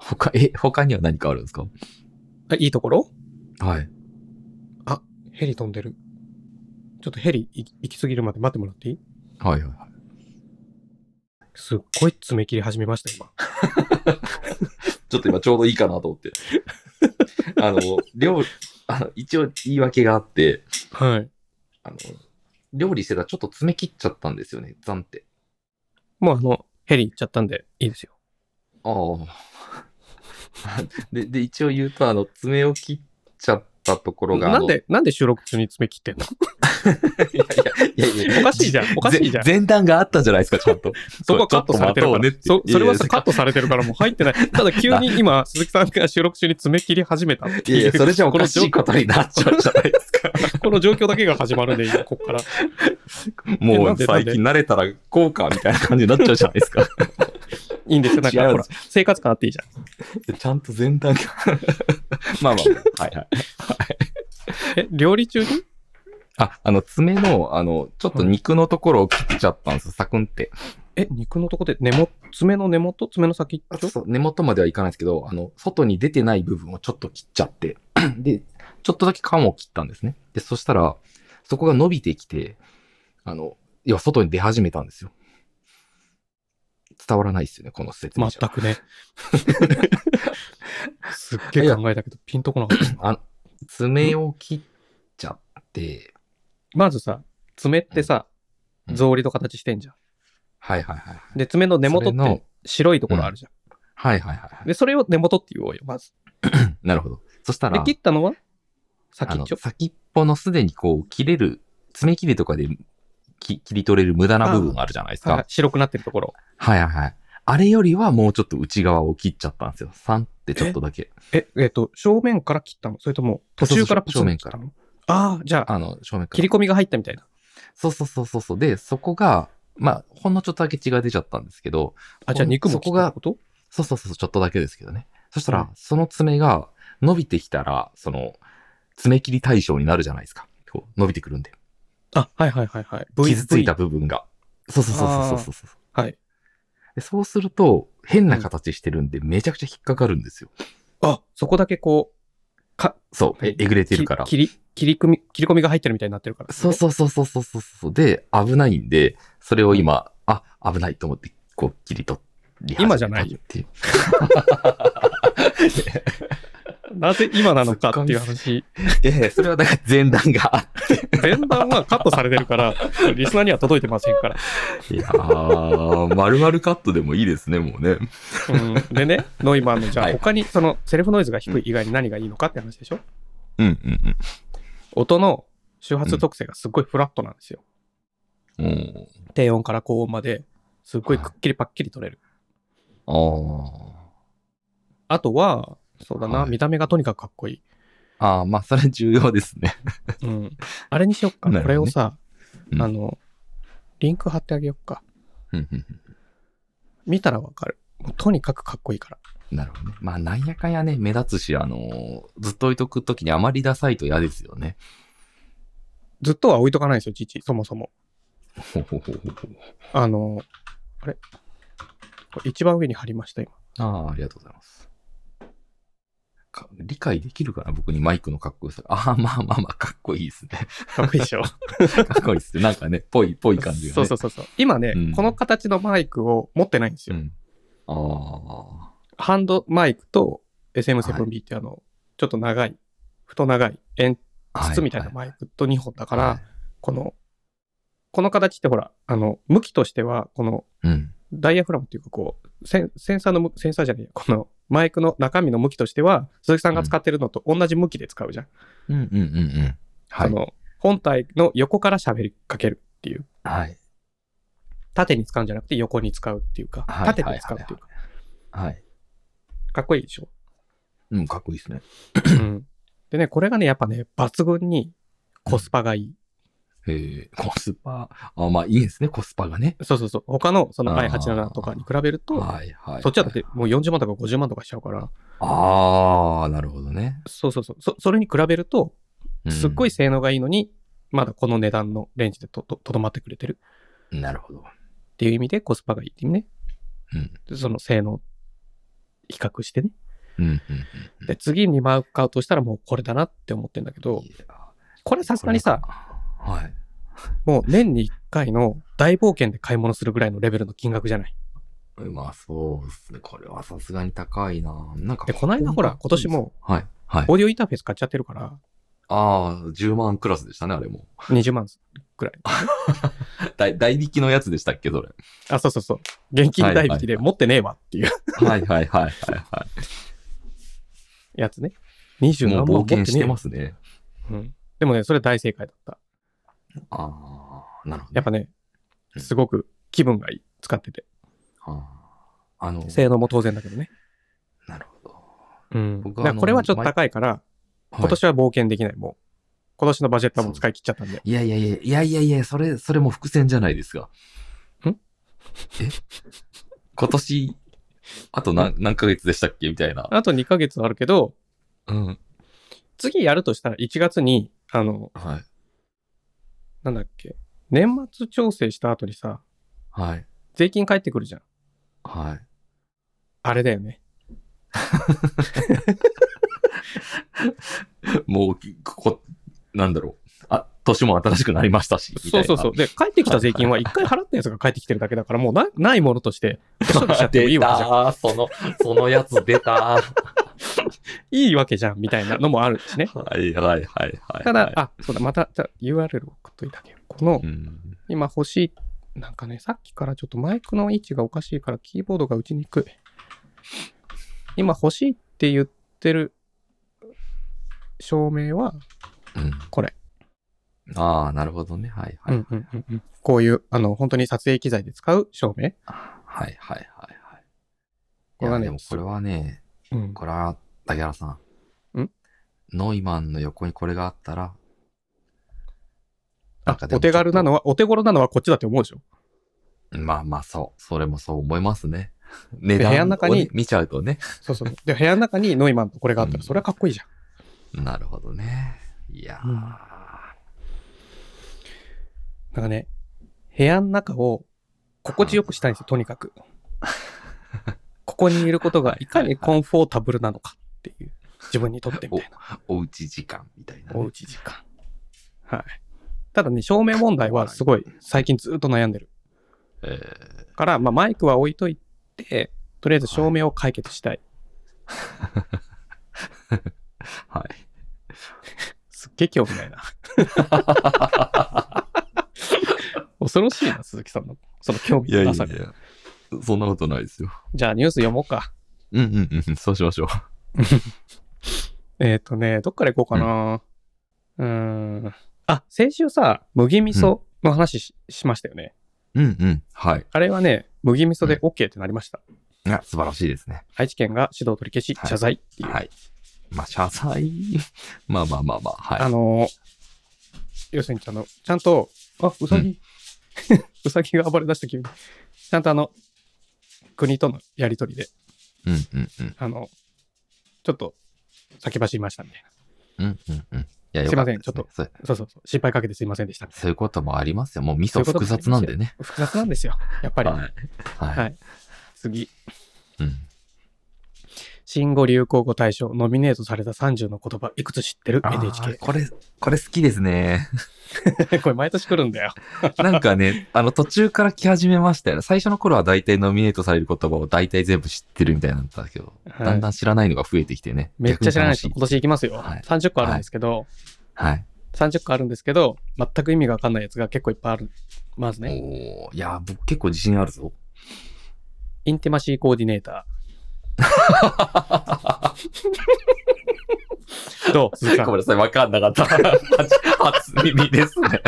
S2: 他、え、他には何かあるんですか
S1: あいいところ
S2: はい。
S1: ヘリ飛んでる。ちょっとヘリ行き行き過ぎるまで待ってもらっていい
S2: はいはいはい。
S1: すっごい爪切り始めました、今。
S2: ちょっと今ちょうどいいかなと思って。 あの、料あの、一応言い訳があって、
S1: はい。
S2: あの、料理してたらちょっと詰め切っちゃったんですよね、ザンって。
S1: もうあの、ヘリ行っちゃったんで、いいですよ。
S2: ああ。 で、で、一応言うと、あの、爪を切っちゃったところが、あの
S1: なんで、なんで収録中に爪切ってんの
S2: いやいやいやいや
S1: おかしいじゃん。おかしいじゃん。
S2: 前前段があったじゃないですか、ちゃ んと。
S1: そこはカットされてるから。
S2: ちょっと待とうねって
S1: そそれはさ
S2: いやいや
S1: カットされてるからもう入ってない。ただ急に今、鈴木さんが収録中に爪切り始めたって
S2: いや
S1: い
S2: い
S1: う。
S2: や、それじゃおかしいことになっちゃうじゃないですか。
S1: この状況だけが始まるんで、今、こっから。えな
S2: も
S1: ん
S2: う
S1: でなん
S2: 最
S1: で
S2: 近慣れたらこうか、みたいな感じになっちゃうじゃないで すか。
S1: いいんですよ。なん
S2: 違
S1: か、
S2: う
S1: ほら、生活感あっていいじゃん。
S2: ちゃんと前段が。 まあまあ、はいはい。
S1: え、料理中に
S2: あ、あの、爪の、あの、ちょっと肉のところを切っちゃったんですよ、サクンって。
S1: え、肉のとこで根元、爪の根元爪の先っちょ
S2: そう根元まではいかないですけど、あの、外に出てない部分をちょっと切っちゃって、 で、ちょっとだけ缶を切ったんですね。で、そしたら、そこが伸びてきて、あの、要は外に出始めたんですよ。伝わらないですよね、この説明じゃ
S1: 全く ね。すっげえ考えたけど、ピンとこなかった。
S2: あ爪を切っちゃって、
S1: まずさ、爪ってさ、
S2: うん
S1: 草履の形してんじゃん。
S2: はいはいはい。
S1: で、爪の根元っ
S2: それの
S1: て白いところあるじゃん。
S2: はいはいはいはい。
S1: で、それを根元って言おうよ、まず。
S2: なるほど。そした
S1: で
S2: ら、、
S1: 切ったのは
S2: あ
S1: 先っ
S2: の
S1: ちょ。
S2: 先っぽのすでにこう、切れる、爪切りとかでき切り取れる無駄な部分あるじゃないです
S1: はい
S2: か。
S1: 白くなってるところ。
S2: はいはいはい。あれよりはもうちょっと内側を切っちゃったんですよ。3ってちょっとだけ。
S1: え、えっ、と、正面から切ったのそれとも、途中から
S2: そうそう正面から
S1: プチンと切ったのああ、じゃあ、
S2: あの、正面か
S1: 切
S2: ら
S1: り。込みが入ったみたいな。
S2: そうそうそうそうそう。で、そこが、まあ、ほんのちょっとだけ血が出ちゃったんですけど、
S1: あ、じゃあ肉も切ったってこと
S2: そうそうそう、ちょっとだけですけどね。そした
S1: う
S2: ら
S1: ん、
S2: その爪が伸びてきたら、その、爪切り対象になるじゃないですか。こう伸びてくるんで。
S1: あ、はいはいはいはい。V
S2: 傷ついた。部分が。そうそうそうそうそうそう。
S1: はい。
S2: でそうすると、変な形してるんで、めちゃくちゃ引っかかるんですよ。
S1: あ、そこだけこう、
S2: そう、ええぐれてるから。
S1: き切り、切り込み、切り込みが入ってるみたいになってるから。
S2: そうそうそうそうそうそうそう。で、危ないんで、それを今、あ、危ないと思って、こう、切り取り始めた
S1: 今じゃない
S2: っていう。
S1: なぜ今なのかっていう話。
S2: ええそれはだから前段が。
S1: 前段はカットされてるから、リスナーには届いてませんから。
S2: いやー、丸々カットでもいいですね、もうね。
S1: うん、でね、ノイマンの、じゃあ
S2: はい
S1: 他に、その、セルフノイズが低い以外に何がいいのかって話でしょ
S2: うんうん
S1: 音の周波数特性がすっごいフラットなんですよ。
S2: うん。うん
S1: 低音から高音まで、すっごいくっきりパッキリ取れる。
S2: あー
S1: あとは、そうだな、
S2: はい
S1: 見た目がとにかくかっこいい。
S2: あー、まあ、それ重要ですね。
S1: うん。あれにしよっか。
S2: なる
S1: こ
S2: ほ
S1: れ
S2: どね
S1: をさ、
S2: うん
S1: あの、リンク貼ってあげよっか。
S2: うんうんうん
S1: 見たらわかる。もうとにかくかっこいいから。
S2: なるほどね。まあ、なんやかんやね、目立つし、あのーずっと置いとくときにあまりダサいと嫌ですよね。
S1: ずっとは置いとかないんですよ、父、そもそも。
S2: ほほほほほ
S1: あの、あれこれ一番上に貼りました、今。
S2: ああ、ありがとうございます。か理解できるかな僕にマイクのかっこよさが。ああ、まあまあまあ、かっこいいですね。
S1: かっこいいでしょ。
S2: かっこいいですね。なんかね、ぽい、ぽい感じがね。
S1: そうそうそうそう。今ね、
S2: うん
S1: この形のマイクを持ってないんです
S2: う
S1: よ。
S2: ん。あ
S1: ハンドマイクと SM7B ってあの、ちょっと長い、太長い、円
S2: あ。
S1: 筒みたいな
S2: は
S1: マイクと2本だから、
S2: はい
S1: この、この形ってほら、あの、向きとしては、この
S2: はいうん。
S1: ダイヤフラムっていうか、こう、センセンサーの向、センサーじゃねえや、このマイクの中身の向きとしては、鈴木さんが使ってるのと同じ向きで使うじゃん。
S2: うんうんうんうん。は
S1: そ
S2: い。
S1: の、本体の横から喋りかけるっていう。
S2: はい。
S1: 縦に使うんじゃなくて横に使うっていうか、
S2: はい
S1: 縦に使うっていうか、
S2: はい。
S1: かっこいいでしょ。
S2: うん、かっこいいですね。
S1: うんでね、これがね、やっぱね、抜群にコスパがいい。
S2: えー、コスパ、あまあいいんですね、コスパがね。
S1: そうそうそう。他のその
S2: あー
S1: i87 とかに比べると、
S2: はいはい。
S1: そっちはだってもう40万とか50万とかしちゃうから、
S2: ああ、なるほどね。
S1: そうそうそう。そそれに比べると、
S2: うん
S1: すっごい。性能がいいのに、まだこの値段のレンジでとととどまってくれてる
S2: なるほど。
S1: っていう意味でコスパがいいっていうね。
S2: うん。
S1: でその性能、比較してね。
S2: うんうん
S1: で、次にマウ買うとしたらもうこれだなって思ってんだけ
S2: うん。
S1: ど
S2: い、や
S1: これさすがにさ、、
S2: はい。
S1: もう年に1回の大冒険で買い物するぐらいのレベルの金額じゃない。
S2: まあそうですね。これはさすがに高いな。なんか。
S1: で、この間ほら、今年。も
S2: はい。はい。
S1: オーディオインターフェース買っちゃってるから、
S2: ああ、10万クラスでしたね、あれも。
S1: 20万。
S2: 大代引きのやつでしたっけ、それ。
S1: あ、そうそうそう。現金代引きで持ってねえわっていう
S2: はいはいはいはいは
S1: やつね。
S2: い。
S1: 20
S2: も
S1: 万
S2: う
S1: も持っ
S2: 冒
S1: てね
S2: 険して
S1: えわ
S2: ま。すね。
S1: うんでもね、それ大正解だった。
S2: ああ、なるほど。
S1: やっぱね、
S2: うん
S1: すごく気分がいい。使ってて。
S2: あーあの、
S1: 性能も当然だけどね。
S2: なるほど。
S1: うん。だ
S2: 僕
S1: か
S2: は
S1: らこれはちょっと高いから、今年は冒険できない。もう。今年のバジェットはもう使い切っちゃったんで。
S2: いやいやいや、いやいやいや、それ、それも伏線じゃないですか。
S1: ん
S2: え今年、あと何何ヶ月でしたっけみたいな。
S1: あと2ヶ月あるけど、
S2: うん。
S1: 次やるとしたら1月に、あの、
S2: はい。
S1: なんだっけ、年末調整した後にさ、
S2: はい。
S1: 税金返ってくるじゃん。
S2: はい。
S1: あれだよね。
S2: もう、ここ、なんだろう。あ、年も新しくなりましたし。みた
S1: そ
S2: いうな
S1: そうそう。。で、返ってきた税金は1回払ったやつが返ってきてるだけだから、もうなないものとして、処理しちゃってもいい
S2: 出
S1: わけじゃん。
S2: たその、そのや つ出た
S1: いいわけじゃん、みたいなのもあるしね。
S2: はいはいはいはい。
S1: ただ、、あ、そうだ、また、じゃあ URL 送っといたけど、この
S2: う、ん。
S1: 今欲しい、なんかね、さっきからちょっとマイクの位置がおかしいから、キーボードが打ちにくい。今欲しいって言ってる証明は、
S2: うん
S1: これ。
S2: ああ、なるほどね。はいは
S1: う
S2: い。
S1: んうんうんうんこういう、あの、本当に撮影機材で使う照明。
S2: はいはいはいはい。
S1: これはね
S2: いやでもこれはね、
S1: うん。
S2: これは、竹原さん。
S1: ん
S2: ノイマンの横にこれがあったら、なん
S1: あ
S2: か、でも
S1: お手軽なのは、お手頃なのはこっちだって思うでしょ。
S2: まあまあそう。それもそう思いますね。値
S1: 部屋の中
S2: 段を
S1: に
S2: ね見ちゃうとね。
S1: そうそう。で、部屋の中にノイマンとこれがあった
S2: う
S1: ら、
S2: ん
S1: それはかっこいいじゃん。
S2: なるほどね。いやー。
S1: うんなんかね、部屋の中を心地よくしたいんですよ、とにかく。ここにいることがいかにコンフォータブルなのかっていう、自分にとってみたいな、
S2: おうち時間みたいなね、
S1: おうち時間。はい。ただね、照明問題はすごい最近ずっと悩んでる。
S2: えー
S1: から、まあマイクは置いといて、とりあえず照明を解決したい。
S2: はい。
S1: すっげえ興味ないな。 恐ろしいな、鈴木さんの、その興味
S2: い
S1: の
S2: やいや
S1: ないさが。
S2: や。そんなことないですよ。
S1: じゃあニュース読もうか。
S2: うんうん うん。そうしましょう。
S1: えっ、とね、どっから行こうかな。うーん。あ、先週さ、麦味噌の話し,、しましたよね。
S2: うんうん。はい。
S1: あれはね、麦味噌で OK ってなりました。
S2: いや素晴らしいですね。
S1: 愛知県が指導取り消し、
S2: はい
S1: 謝罪っていう。
S2: はい。まあ、謝罪。 まあまあまあまあ。はい。
S1: あのー要するにあの、ちゃんと、あ、う さぎ、うさぎが暴れ出した急に。ちゃんとあの、国とのやりとりで、
S2: うんうんうん。
S1: あの、ちょっと先走りましたみたい
S2: うんうんうん。いや、
S1: すいません
S2: よかた
S1: ちょっ
S2: ですね。
S1: な。そ
S2: そう
S1: うそうそう。心配かけてすいませんでしたみたい
S2: そういうこともありますよ。もう味
S1: そうい
S2: 噌
S1: うことも
S2: 複雑なんでね。
S1: な。複雑なんですよ。やっぱり。
S2: はい。
S1: は
S2: はいい。
S1: 次。
S2: うん
S1: 新語・流行語大賞、ノミネートされた30の言葉、いくつ知ってる
S2: あー
S1: ?NHK。
S2: これ、これ好きですね。
S1: これ毎年来るんだよ。
S2: なんかね、あの途中から来始めましたよね。最初の頃は大体ノミネートされる言葉を大体全部知ってるみたいなんだけど、
S1: はい
S2: だんだん知らないのが増えてきてね。
S1: めっちゃ知らないです。今
S2: 逆に楽し
S1: 年行きますよ。
S2: はい
S1: 30個あるんですけど、
S2: はい。
S1: 30個あるんですけど、全く意味がわかんないやつが結構いっぱいある。まずね、
S2: おーいやー、僕結構自信あるぞ。
S1: インティマシーコーディネー ター。どう鈴木さん
S2: ごめん なさい、わかんなかった。初初耳ですね。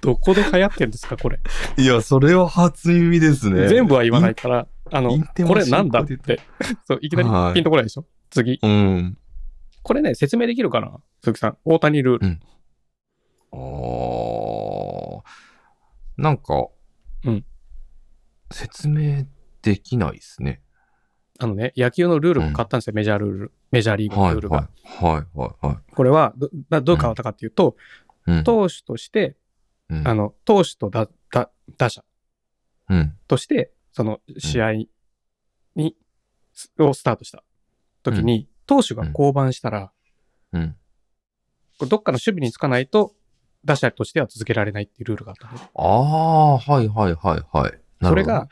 S1: どこで流行ってんですか、これ。
S2: いや、それは初耳ですね。
S1: 全部は言わないから、あの
S2: イン、テマ
S1: これなんだっ
S2: 進行
S1: て。そう、いきなり
S2: はい
S1: ピンとこないでしょ。次。
S2: うん。
S1: これね、説明できるかな鈴木さん。大谷ルール。
S2: あー。なんか、
S1: うん
S2: 説明できないですね。
S1: あのね、野球のルールを買ったんですよ、メジャールール。メジャーリーグの
S2: はい
S1: ルールが。
S2: はい。はいはいは
S1: これはど、などう変わったかっていうと、
S2: い。うん、
S1: 投手として、
S2: うん、
S1: あの、投手と打打打者
S2: うん。
S1: として、その試合に、をスタートした時に、投手が降板したら、
S2: うん。
S1: これどっかの守備につかないと、打者としては続けられないっていうルールがあったのね
S2: あー、はいはいはいはい。な
S1: そ
S2: るほど
S1: れが、、
S2: うん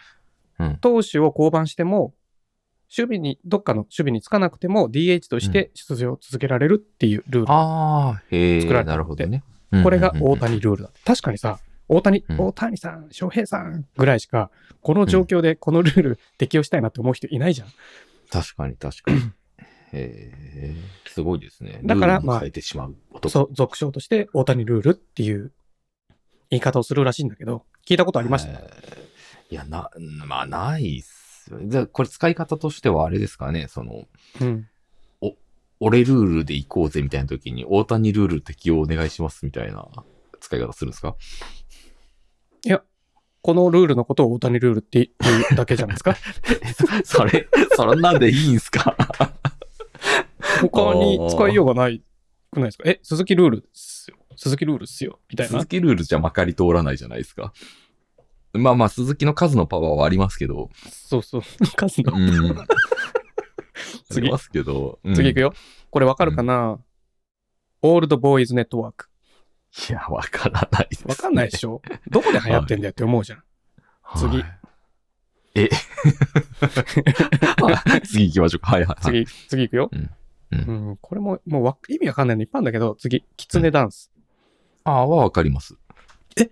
S1: 投手を降板しても、守備に、どっかの守備につかなくても、DH として出場を続けられるっていうルール。
S2: あー、へ
S1: 作ら
S2: ー、
S1: れた
S2: なるほどね。
S1: これが大
S2: うんうんうんうん。
S1: 谷ルールだ。確かにさ、大谷、
S2: うん
S1: 大谷さん、翔平さんぐらいしか、この状況でこのルール適用したいなって思う人いないじゃん。
S2: 確かに確 かに。へー、すごいですね。
S1: だから
S2: ルールを変えてしまう男。
S1: そう、俗称として大谷ルールっていう言い方をするらしいんだけど、聞いたことありました、
S2: えーいや、な、まあ、ないっすよ。じゃあこれ使い方としてはあれですかね、その、
S1: うん。
S2: 俺ルールで行こうぜみたいな時に、大谷ルール適用お願いしますみたいな使い方するんですか
S1: このルールのことを大谷ルールって言うだけじゃないですか。
S2: それ、そんなんでいいんすか
S1: 他に使いようがないくないですかえ、鈴木ルールっすよ。鈴木ルールっすよ。みたいな
S2: 鈴。木ルールじゃまかり通らないじゃないですか。まあまあ、鈴木の数のパワーはありますけど、
S1: そうそう。カズ
S2: う
S1: の。
S2: ん。 あ
S1: 次
S2: りますけど、うん
S1: 次いくよ。これわかるかな、オールドボーイズネットワーク。
S2: いや、わからないです、
S1: わかんないでしょどこで流行ってんだよって思うじゃん。次
S2: はい。え あ次行きましょうか。はいはい、はい。
S1: 次、次いくよ。
S2: う
S1: うんん、これも、もうわ意味わかんないのいっぱいあるんだけど、次、キツネダンス。
S2: ああ、はわかります。
S1: え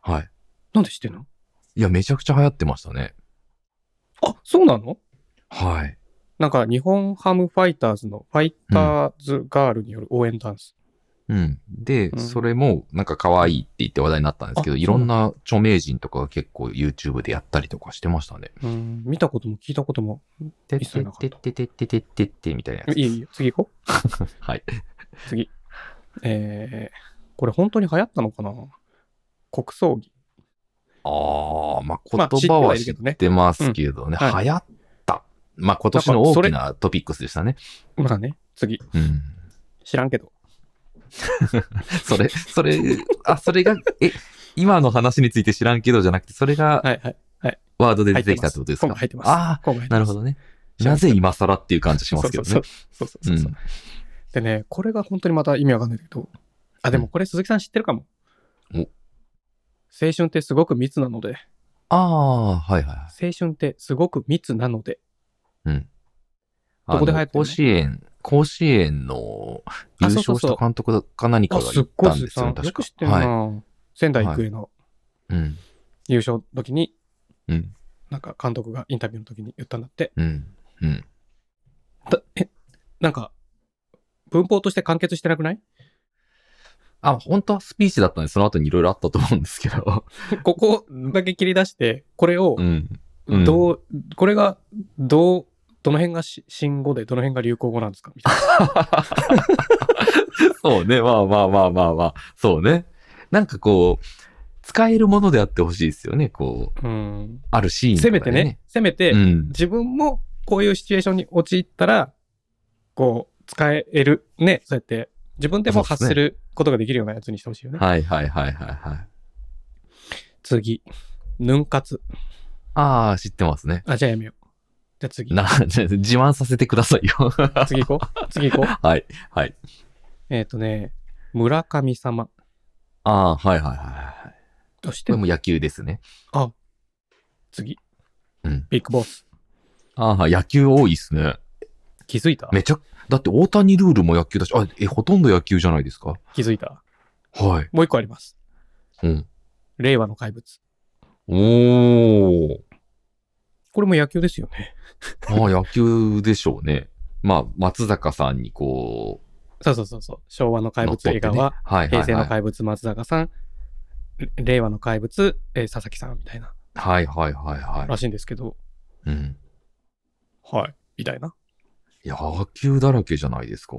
S2: はい。
S1: なんで知ってんの
S2: いや、めちゃくちゃ流行ってましたね。
S1: あ、そうなの
S2: はい。
S1: なんか、日本ハムファイターズのファイターズガールによる応援ダンス。
S2: うん。で、
S1: うん
S2: それも、なんか可愛いって言って話題になったんですけど、
S1: あ
S2: いろんな著名人とかが結構 YouTube でやったりとかしてましたね。
S1: うん、見たことも聞いたことも。
S2: て
S1: 一切なかった
S2: ててててててみたいなやつ。
S1: いいよいいよ、次行こう。
S2: はい。
S1: 次。えー、これ本当に流行ったのかな国葬儀。
S2: ああ、まあ
S1: まあ
S2: 言葉は知ってますけどね。
S1: うんはい
S2: 流行った。まあ今年の大きなトピックスでしたね。
S1: まあね、次。
S2: うん。
S1: 知らんけど。
S2: それ、それ、あ、それが、え、今の話について知らんけどじゃなくて、それが
S1: はいはい。
S2: ワードで出てきたってことですか
S1: 入ってます
S2: あ
S1: 今回
S2: あ、なるほ
S1: ど。
S2: どね。
S1: 知ら
S2: なん
S1: け
S2: ぜ今更っていう感じしますけどね。
S1: そうそうそうそうそうそう
S2: うん
S1: でね、これが本当にまた意味わかんないんだけど。あ、でもこれ鈴木さん知ってるかも。
S2: お
S1: 青春ってすごく密なので。
S2: ああ、はいはいはい。
S1: 青春ってすごく密なので。
S2: あの
S1: どこで流行ってんの
S2: 甲子園、甲子園の優勝した監督か何か
S1: あ、
S2: が
S1: す
S2: 言
S1: っ
S2: っ
S1: ごい
S2: たん
S1: 鈴
S2: で
S1: 木
S2: す
S1: さ
S2: よ
S1: ん
S2: ね、。
S1: よ
S2: 確
S1: く
S2: か
S1: 知ってるな、
S2: は
S1: 仙台育英の
S2: い。うん。
S1: 優勝の時に、
S2: うん。
S1: なんか監督がインタビューの時に言ったんだって。
S2: うん。うん。
S1: だえ、なんか、文法として完結してなくない
S2: あ、本当はスピーチだったんで、その後にいろいろあったと思うんです けど。
S1: ここだけ切り出して、これを
S2: うん。うん
S1: どう、これが、どう、どの辺がし新語で、どの辺が流行語なんですかみたいな。
S2: そうね。まあまあまあまあまあ。そうね。なんかこう、使えるものであってほしいですよね。こう、
S1: うん。
S2: あるシーンと
S1: せ
S2: かで、
S1: めてね、せめて、
S2: うん。
S1: 自分もこういうシチュエーションに陥ったら、こう、使える、ね、そうやって、自分でも発することができるようなやつにしてほしいよね。
S2: はいはいはいはいはい。
S1: 次。ヌン活。
S2: ああ、知ってますね。
S1: あ、じゃあやめよう。じゃあ次。
S2: な、 自慢させてくださ いよ。
S1: 次行こう。次行こ う。
S2: はい、はい。
S1: えっ、とね、村神様。
S2: ああー、はいはいはいはい。
S1: どうし
S2: こ
S1: て
S2: れも野球ですね。
S1: 次。
S2: うん
S1: ビッグボス。
S2: ああ、野球多いっすね。
S1: 気づいた
S2: めちゃ、だって大谷ルールも野球だし、あ、え、ほとんど野球じゃないですか。
S1: 気づいた。
S2: はい。
S1: もう一個あります。
S2: うん。
S1: 令和の怪物。
S2: おー。
S1: これも野球ですよね。
S2: ああ、野球でしょうね。まあ、松坂さんにこ
S1: そうそうそうそう。昭和の
S2: う、
S1: 怪物江川、
S2: 乗っ取ってねはいはいはい、
S1: 平成の怪物松坂さん、令和の怪物、えー佐々木さんみたいな
S2: はいはいはいは
S1: らしいんですけど、
S2: い。うん。
S1: はい、みたいな。
S2: 野球だらけじゃないですか。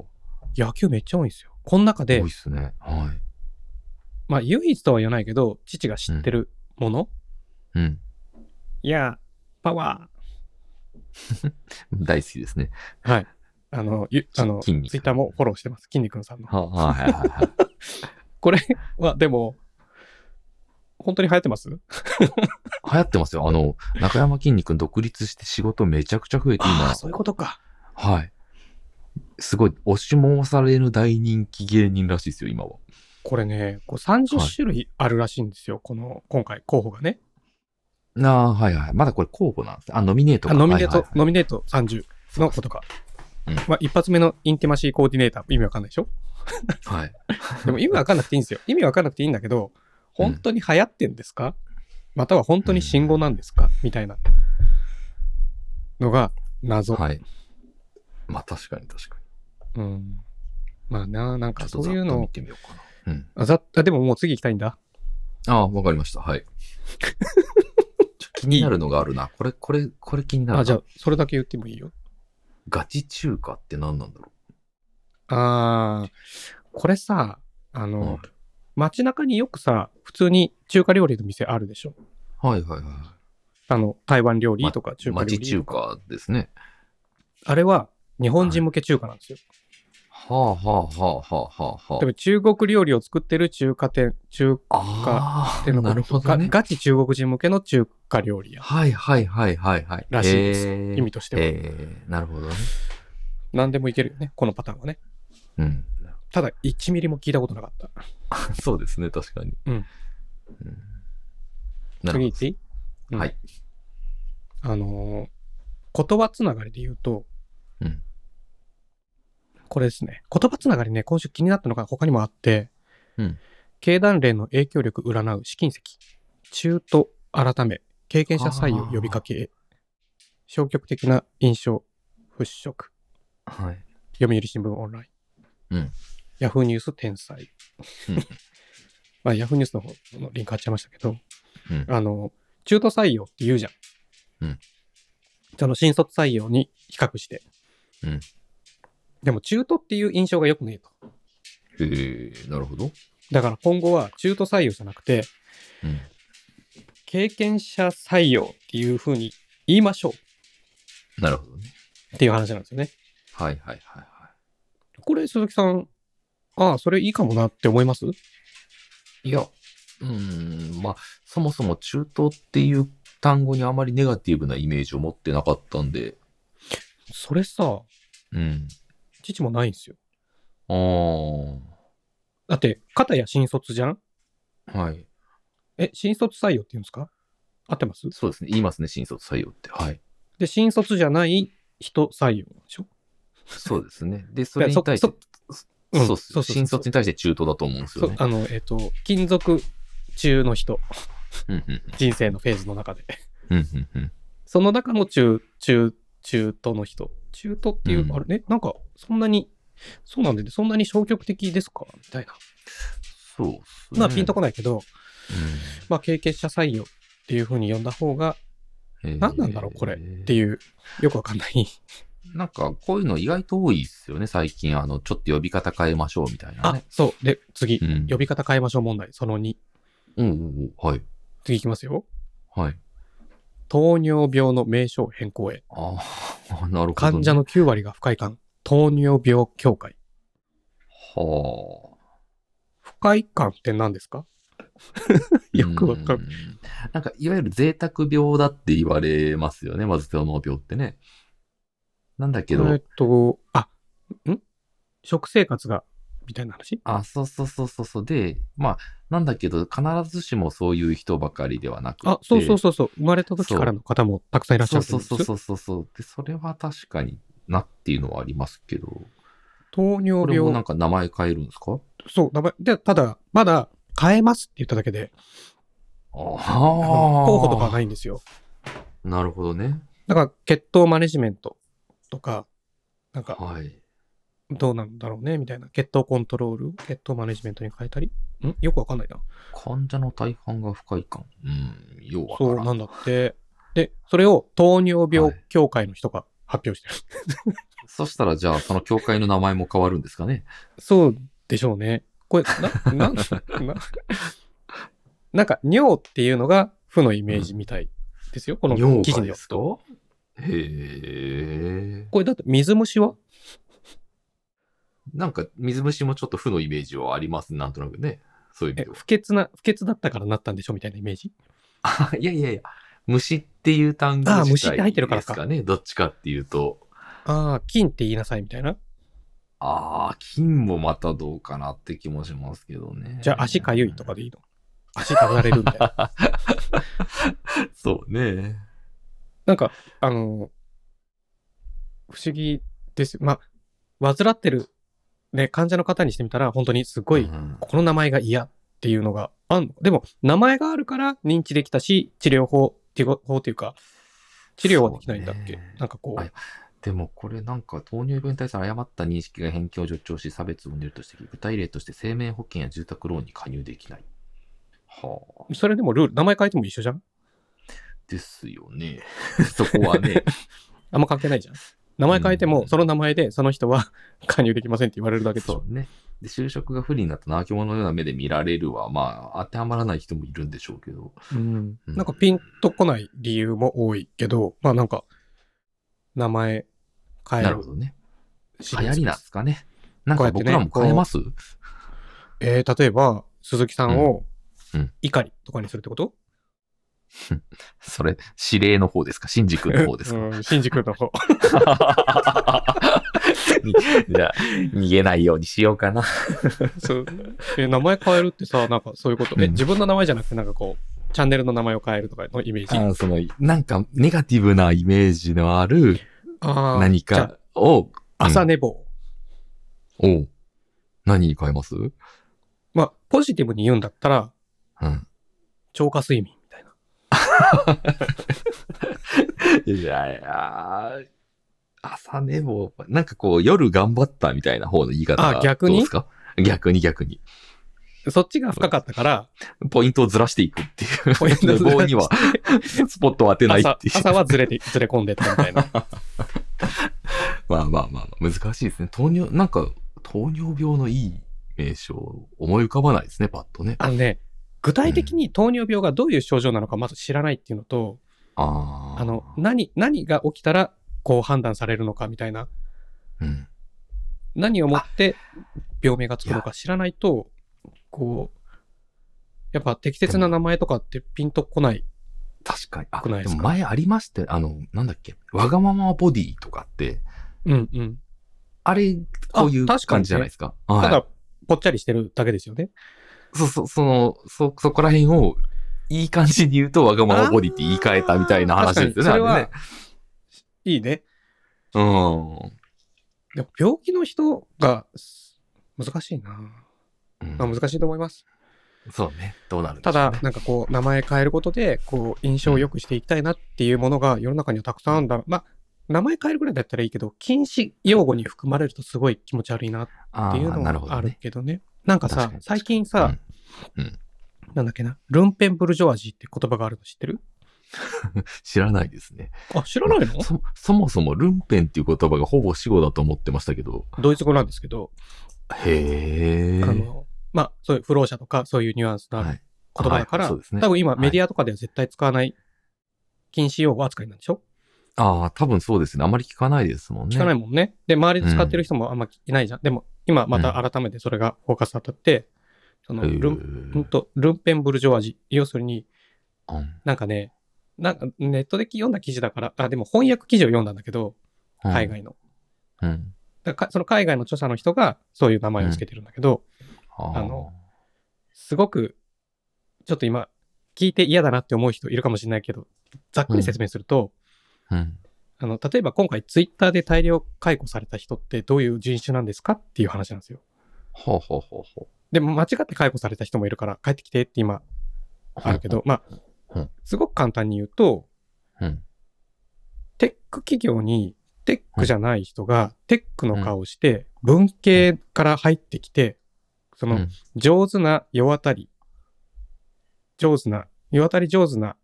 S1: 野球めっちゃ多いんですよ。この中
S2: 多い
S1: で
S2: っ、すね。は
S1: まあ唯一とは言わないけど、父が知ってるもの、
S2: い。うん。
S1: いや、パワ
S2: 大好きですね。
S1: ー。はい。あの、ゆあのツ
S2: 筋
S1: イ
S2: 肉
S1: ッターもフォローしてます。筋肉さんの。
S2: は、はいはいは いはい。
S1: これは、でも、本当に流行ってます
S2: 流行ってますよ。あの、中山きんに君独立して仕事めちゃくちゃ増えて
S1: あ
S2: 今
S1: あ、、そういうことか。
S2: はい。すごい、押しもされる大人気芸人らしいですよ、今は。
S1: これね、こう
S2: はい
S1: 30種類あるらしいんですよ。この、今回、候補がね。
S2: ああー、はいはい。まだこれ候補なんですね。あ、ノミネート
S1: あ
S2: か。
S1: ノミネー
S2: はい
S1: ト
S2: は、い
S1: ノミネート30のことか。
S2: うん
S1: まあ、一発目のインティマシーコーディネーター、意味わかんないでし ょ
S2: はい。はい
S1: でも意味わかんなくていいんですよ。意味わかんなくていいんだけど、本当に流行ってんですか、または本当に信号なんですか、みたいなのが謎。
S2: はい。まあ確かに確かに。
S1: うん、まあな、なんか
S2: ち
S1: そ
S2: ょっと
S1: う
S2: ざっ
S1: いう
S2: と
S1: の
S2: 見てみようかな。うん。
S1: あざっあ、でももう次行きたいんだ。
S2: ああ、わかりまし た。はい。ちょ気になるのがあるな。これ、これ、これ気になるな。
S1: あ、じゃあ、それだけ言ってもいいよ。
S2: ガチ中華って何なんだろ
S1: あー、これさ、あ
S2: う。
S1: の、
S2: は
S1: 街中によくさ、普通に中華料理の店あるでしょ
S2: いはいはいは
S1: あの、台湾料理とか
S2: い。
S1: 中華料
S2: 町
S1: 理
S2: 中
S1: とか。
S2: 華ですね。
S1: あれは日本人向け中華なんですよ。
S2: はあはあはあはあはあは
S1: でも中国料理を作ってる中華店、中
S2: あ。あ
S1: って
S2: あ、
S1: いうのが
S2: なるほどね
S1: ガ。ガチ中国人向けの中華料理や
S2: はいはいはいはいはい。
S1: らしいです。
S2: えー
S1: 意味としては、
S2: えー、なるほどね。
S1: 何でもいけるよね、このパターンはね。
S2: うん。
S1: ただ、1ミリも聞いたことなかった。
S2: そうですね、確かに。
S1: うん
S2: うん。
S1: 次
S2: なるほ
S1: 行っていい、うん
S2: はい。
S1: あのー言葉つながりで言うと、
S2: うん
S1: これですね。言葉つながりね、今週気になったのが他にもあって、
S2: うん
S1: 経団連の影響力占う試金石、中途改め、経験者採用呼びかけ、消極的な印象払拭、
S2: ど。はい。
S1: 読売新聞オンライン。
S2: うん
S1: ヤフーニュース天才。
S2: うん
S1: まあ、ヤフーニュースの方のリンク貼っちゃいましたけど、
S2: うん
S1: あの、中途採用って言うじゃん。
S2: うん
S1: その新卒採用に比較して。
S2: うん
S1: でも中途っていう印象が良くねえと。
S2: えー、なるほど。
S1: だから今後は中途採用じゃなくて、
S2: うん。
S1: 経験者採用っていう風に言いましょう
S2: なるほどね。
S1: っていう話なんですよね。
S2: はいはいはいはい。
S1: これ鈴木さん、ああ、それいいかもなって思います
S2: いや、うーん、まあ、そもそも中東っていう単語にあまりネガティブなイメージを持ってなかったんで、
S1: それさ、
S2: うん。
S1: 父もないんですよ。
S2: ああ、
S1: だって、片や新卒じゃん
S2: はい。
S1: え、新卒採用って言うんですか合ってます
S2: そうですね。言いますね、新卒採用って。はい。
S1: で、新卒じゃない人採用でしょ
S2: そうですね。 で、それに
S1: そ
S2: 対して、
S1: そうん
S2: そ
S1: そうそう
S2: うっすよ
S1: そう
S2: 新卒に対して中東だと思うんです
S1: そ
S2: よ
S1: う
S2: ね。
S1: あの、えっ、と、金属中の人、
S2: うんうん
S1: 人生のフェーズの中で。
S2: うんうんうんうん
S1: その中の中、中、中途の人。中途っていう、
S2: うん
S1: あれね、なんか、そんなに、そうなんで、ね、そんなに消極的ですかみたいな。
S2: そうっすね。
S1: まあ、ピンとこ
S2: な
S1: な
S2: い。
S1: いけど、まあ、経験者採用っていうふうに呼んだ方が、
S2: えー
S1: 何なんだろう、これ。っていう、よくわかんない。
S2: なんか、こういうの意外と多いっすよね、最近。あの、ちょっと呼び方変えましょうみたいな
S1: あ
S2: ね。、
S1: そう。で、次
S2: う。ん
S1: 呼び方変えましょう問題、その2。
S2: うんうんうん。はい。
S1: 次いきますよ。
S2: はい。
S1: 糖尿病の名称変更へ。
S2: ああ、 なるほど、ね。
S1: 患者の9割が不快感。糖尿病協会。
S2: はあ。
S1: 不快感って何ですかよくわか
S2: うんんなんか、いわゆる贅沢病だって言われますよね。まず糖尿病ってね。なんだけ
S1: えー
S2: ど
S1: っ、と、あ、ん食生活が、みたいな話
S2: あ、そうそうそうそうそう。で、まあ、なんだけど、必ずしもそういう人ばかりではなくて。
S1: あ、そうそうそ
S2: そ
S1: うそう。生まれた時からの方もたくさんいらっしゃると
S2: そう
S1: 思うんです
S2: そうそうそうそう。で、それは確かになっていうのはありますけど、
S1: 糖
S2: こ
S1: 尿
S2: れもな
S1: 病
S2: ん。か名前変えるんですか
S1: そう、名前。で、ただ、まだ、変えますって言っただけで、
S2: あ
S1: あの
S2: あ。
S1: 候補とかはないんですよ。
S2: なるほどね。
S1: だから、血糖マネジメントとか、なんか、
S2: はい。
S1: どうなんだろうね、みたいな。血糖コントロールを血糖マネジメントに変えたり、んよくわかんないな。
S2: 患者の大半が不快感。うん、ようわか
S1: そう
S2: らん
S1: なんだって。で、それを糖尿病
S2: はい
S1: 協会の人が発表してる。
S2: そしたら、じゃあ、その協会の名前も変わるんですかね。
S1: そうでしょうね。これ、な、な、な、なんか、尿っていうのが負のイメージみたいですよ。この記事によると。
S2: とへえ。
S1: これだって水虫は
S2: なんか、水虫もちょっと負のイメージはあります、なんとなくね。そういう意
S1: え
S2: 味では
S1: 不潔な、不潔だったからなったんでしょみたいなイメージ。
S2: あ いやいやいや、虫っていう単語
S1: ああ
S2: 自体
S1: 虫って入ってるから
S2: です
S1: か
S2: かね。どっちかっていうと、
S1: ああ、菌って言いなさいみたいな。
S2: ああ、菌もまたどうかなって気もしますけどね。
S1: じゃあ足かゆいとかでいいの足食べられるみたいな。
S2: そうね。
S1: なんか、あの、不思議ですよ。まあ、患ってる、ね、患者の方にしてみたら、本当にすごい、
S2: うん
S1: この名前が嫌っていうのがあんの。でも、名前があるから認知できたし、治療法、治療法っていうか、治療はできないんだっけ、
S2: そうね
S1: なんかこ
S2: あ
S1: う、
S2: でもこれなんか糖尿病に対する誤った認識が偏見を助長し差別を生んでいるとして具体例として生命保険や住宅ローンに加入できない。はあ。
S1: それでもルール、名前変えても一緒じゃん
S2: ですよね。 そこ はね。
S1: あんま関係ないじゃん。名前変えても、
S2: うん
S1: その名前でその人は 加入できませんって言われるだけでしょ。
S2: そうね。で、就職が不利になった泣き者のような目で見られるは、まあ、当てはまらない人もいるんでしょうけど。
S1: うん
S2: うん
S1: なんかピンとこない理由も多いけど、まあなんか、名前変え
S2: なるほどね。
S1: シリ
S2: 流
S1: ー
S2: 行
S1: ズ
S2: り
S1: で
S2: なんですすかね。なん
S1: こうや
S2: か
S1: ってね
S2: 僕らも変えます
S1: えー例えば、鈴木さんを
S2: うんうん、
S1: 怒りとかにするってこと
S2: それ、指令の方ですか新次君の方ですか、
S1: うん、新宿の方。
S2: にじゃあ、逃げないようにしようかな。
S1: そう。え、名前変えるってさ、なんかそういうこと。え、
S2: うん
S1: 自分の名前じゃなくて、なんかこう、チャンネルの名前を変えるとかのイメージ。
S2: あその、なんか、ネガティブなイメージのある
S1: あー
S2: 何
S1: じゃ
S2: かを、
S1: あ朝寝坊。
S2: おう何に変えますうん。
S1: まあ、ポジティブに言うんだったら、超過睡眠みたいな。
S2: いやいや、朝寝坊、なんかこう、夜頑張ったみたいな方の言い方
S1: あ逆に
S2: どうですか逆に逆に。
S1: そっちが深かったから、
S2: ポイントをずらしていくっていう。
S1: ポイントを
S2: 寝
S1: ずらして
S2: 坊には、スポットを当てないって
S1: 朝、
S2: いう。
S1: 朝はずれて、ずれ込んでったみたいな。
S2: まあまあまあまあ、難しいですね。糖尿、なんか、糖尿病のいい名称、思い浮かばないですね、パッとね。
S1: あのね、具体的に糖尿病がどういう症状なのかまず知らないっていうのと、
S2: ああ。
S1: あの、何、何が起きたら、こう判断されるのかみたいな、
S2: うん。
S1: 何をもって病名がつくのか知らないと、こう、やっぱ適切な名前とかってピンとこない。
S2: 確かに。あ、
S1: 良くないで
S2: です
S1: か
S2: も前ありましたよあの、なんだっけ、わがままボディとかって、
S1: うんうん。
S2: あれ、こういう
S1: あ確かにね
S2: 感じじゃないですか。はい
S1: ただ、ぽっちゃりしてるだけですよね。
S2: そ、そ、その、そ、そこら辺を、いい感じに言うと、わがままボディって言い換えたみたいな話ですよね、
S1: あー確か
S2: あ
S1: にいいね。
S2: れね。
S1: でも病気の人が、す難しいな、
S2: うん。
S1: まあ、難しいと思います。
S2: そうね。どうなるんで
S1: た
S2: しょ
S1: だ
S2: うね、
S1: なんかこう、名前変えることで、こう、印象を良くしていきたいなっていうものが世の中にはたくさんあるんだろう。まあ、名前変えるぐらいだったらいいけど、禁止用語に含まれるとすごい気持ち悪いな
S2: あ
S1: っていう
S2: ーなる
S1: の
S2: ほ
S1: は
S2: ど
S1: ある
S2: ね。
S1: けどね。なんか
S2: 確
S1: さ
S2: か、に
S1: 最近さ、なんだっけな、ルンペンブルジョワジーって言葉があるの知ってる
S2: 知らないですね。
S1: あ、知らないの
S2: そそもそもルンペンっていう言葉がほぼ死語だと思ってましたけど。
S1: ドイツ語なんですけど、
S2: へえ。
S1: あの、まあ、そういう不老者とかそういうニュアンスのある
S2: はい
S1: 言葉だから、
S2: はいそうですね
S1: 多分今
S2: はい
S1: メディアとかでは絶対使わない禁止用語扱いなんでしょ、
S2: ああ、多分そうですね。あまり聞かないですもんね。
S1: 聞かない
S2: い。
S1: もんね。で、周りで使ってる人もあんまいないじゃん。でも、今また改めてそれがフォーカス当たって、そのルン、ほんと、ルンペンブルジョワジー。要するに、なんかね、なんかネットで読んだ記事だから、あ、でも翻訳記事を読んだんだけど、海外の。
S2: うん。うん。
S1: だからかその海外の著者の人がそういう名前をつけてるんだけど、
S2: あ
S1: あ
S2: の
S1: の、すごくちょっと今聞いて嫌だなって思う人いるかもしれないけどざっくり説明すると、
S2: うん。
S1: あの例えば今回ツイッターで大量解雇された人ってどういう人種なんですかっていう話なんですよ。
S2: ほうほうほうほ
S1: でも間違って解雇された人もいるから帰ってきてって今
S2: う。
S1: あるけど、まあ、
S2: うん
S1: すごく簡単に言うと
S2: うん。
S1: テック企業にテックじゃない人がテックの顔をして文系から入ってきてそうの
S2: ん、
S1: 上手な世渡り、上手な、世渡り上手な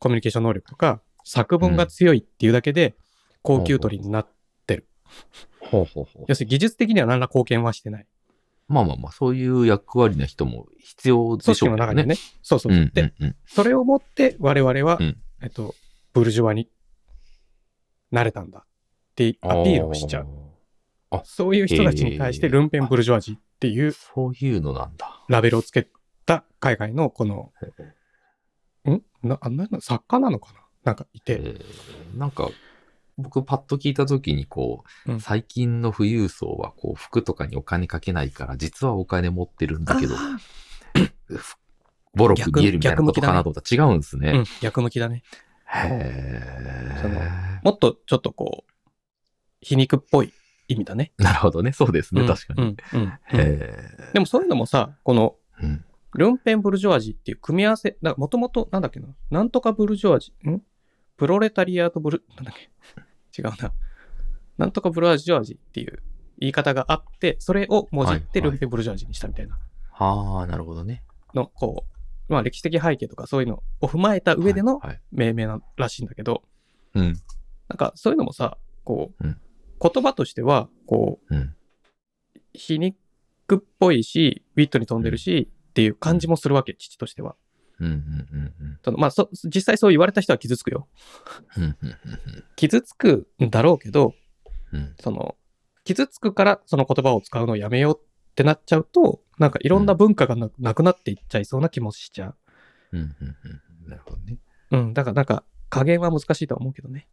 S1: コミュニケーション能力とか、作文が強いっていうだけで、高級取りになっ、
S2: ほうほうほう。
S1: 要するに技術的には何ら貢献はしてない。
S2: まあまあまあ、そういう役割の人も必要で
S1: 組
S2: しょ
S1: 織の
S2: うけど
S1: 中に
S2: ね。
S1: ね。そうそうう。
S2: んうん
S1: で、
S2: うん
S1: それをもって我々は、
S2: うん
S1: えっと、ブルジョワになれたんだってアピールをしちゃう。そういう人たちに対して、
S2: へー
S1: ルンペンブルジョワジーってい
S2: あー
S1: う
S2: そういうのなんだ。
S1: ラベルをつけた海外のこの、んな、あなんだ作家なのかななんかい
S2: え
S1: て。
S2: ーなんか、僕パッと聞いたときに、こう、
S1: うん
S2: 最近の富裕層は、こう、服とかにお金かけないから、実はお金持ってるんだけど、ふボロく見えるみたいなことかなと思ったら違うんですね。
S1: うん、逆向きだね。その
S2: へ
S1: もっとちょっとこう、皮肉っぽい意味だね。
S2: え。 なるほどね。そうですね。
S1: うん
S2: 確かに。。
S1: うんうんうん
S2: へ
S1: でもそういうのもさ、この、
S2: え。うん
S1: ルンペンブルジョワジーっていう組み合わせ、もともと、なんだっけな、なんとかブルジョワジー、んプロレタリアートブル、なんだっけ、違うな。なんとかブルジョワジーっていう言い方があって、それをもじって
S2: はいはい
S1: ルンペンブルジョワジーにしたみたいな
S2: はあ、なるほどね。
S1: の、こう、まあ歴史的背景とかそういうのを踏まえた上での
S2: はいはい
S1: 命名ならしいんだけど、
S2: うん。
S1: なんかそういうのもさ、こう、
S2: うん
S1: 言葉としては、こう、
S2: うん。
S1: 皮肉っぽいし、ウィットに飛んでるし、っていう感じもするわけ、父としては。
S2: うん。うん。うんうん。
S1: そのまあそ、実際そう言われた人は傷つくよ。
S2: うんうん
S1: 傷つくんだろうけど、
S2: うんうん
S1: その、傷つくからその言葉を使うのをやめようってなっちゃうと、なんかいろんな文化がななくなっていっちゃいそうな気もしちゃ
S2: うんうんうんなるほどね。
S1: う。うん、だからなんか加減は難しいとは思うけどね。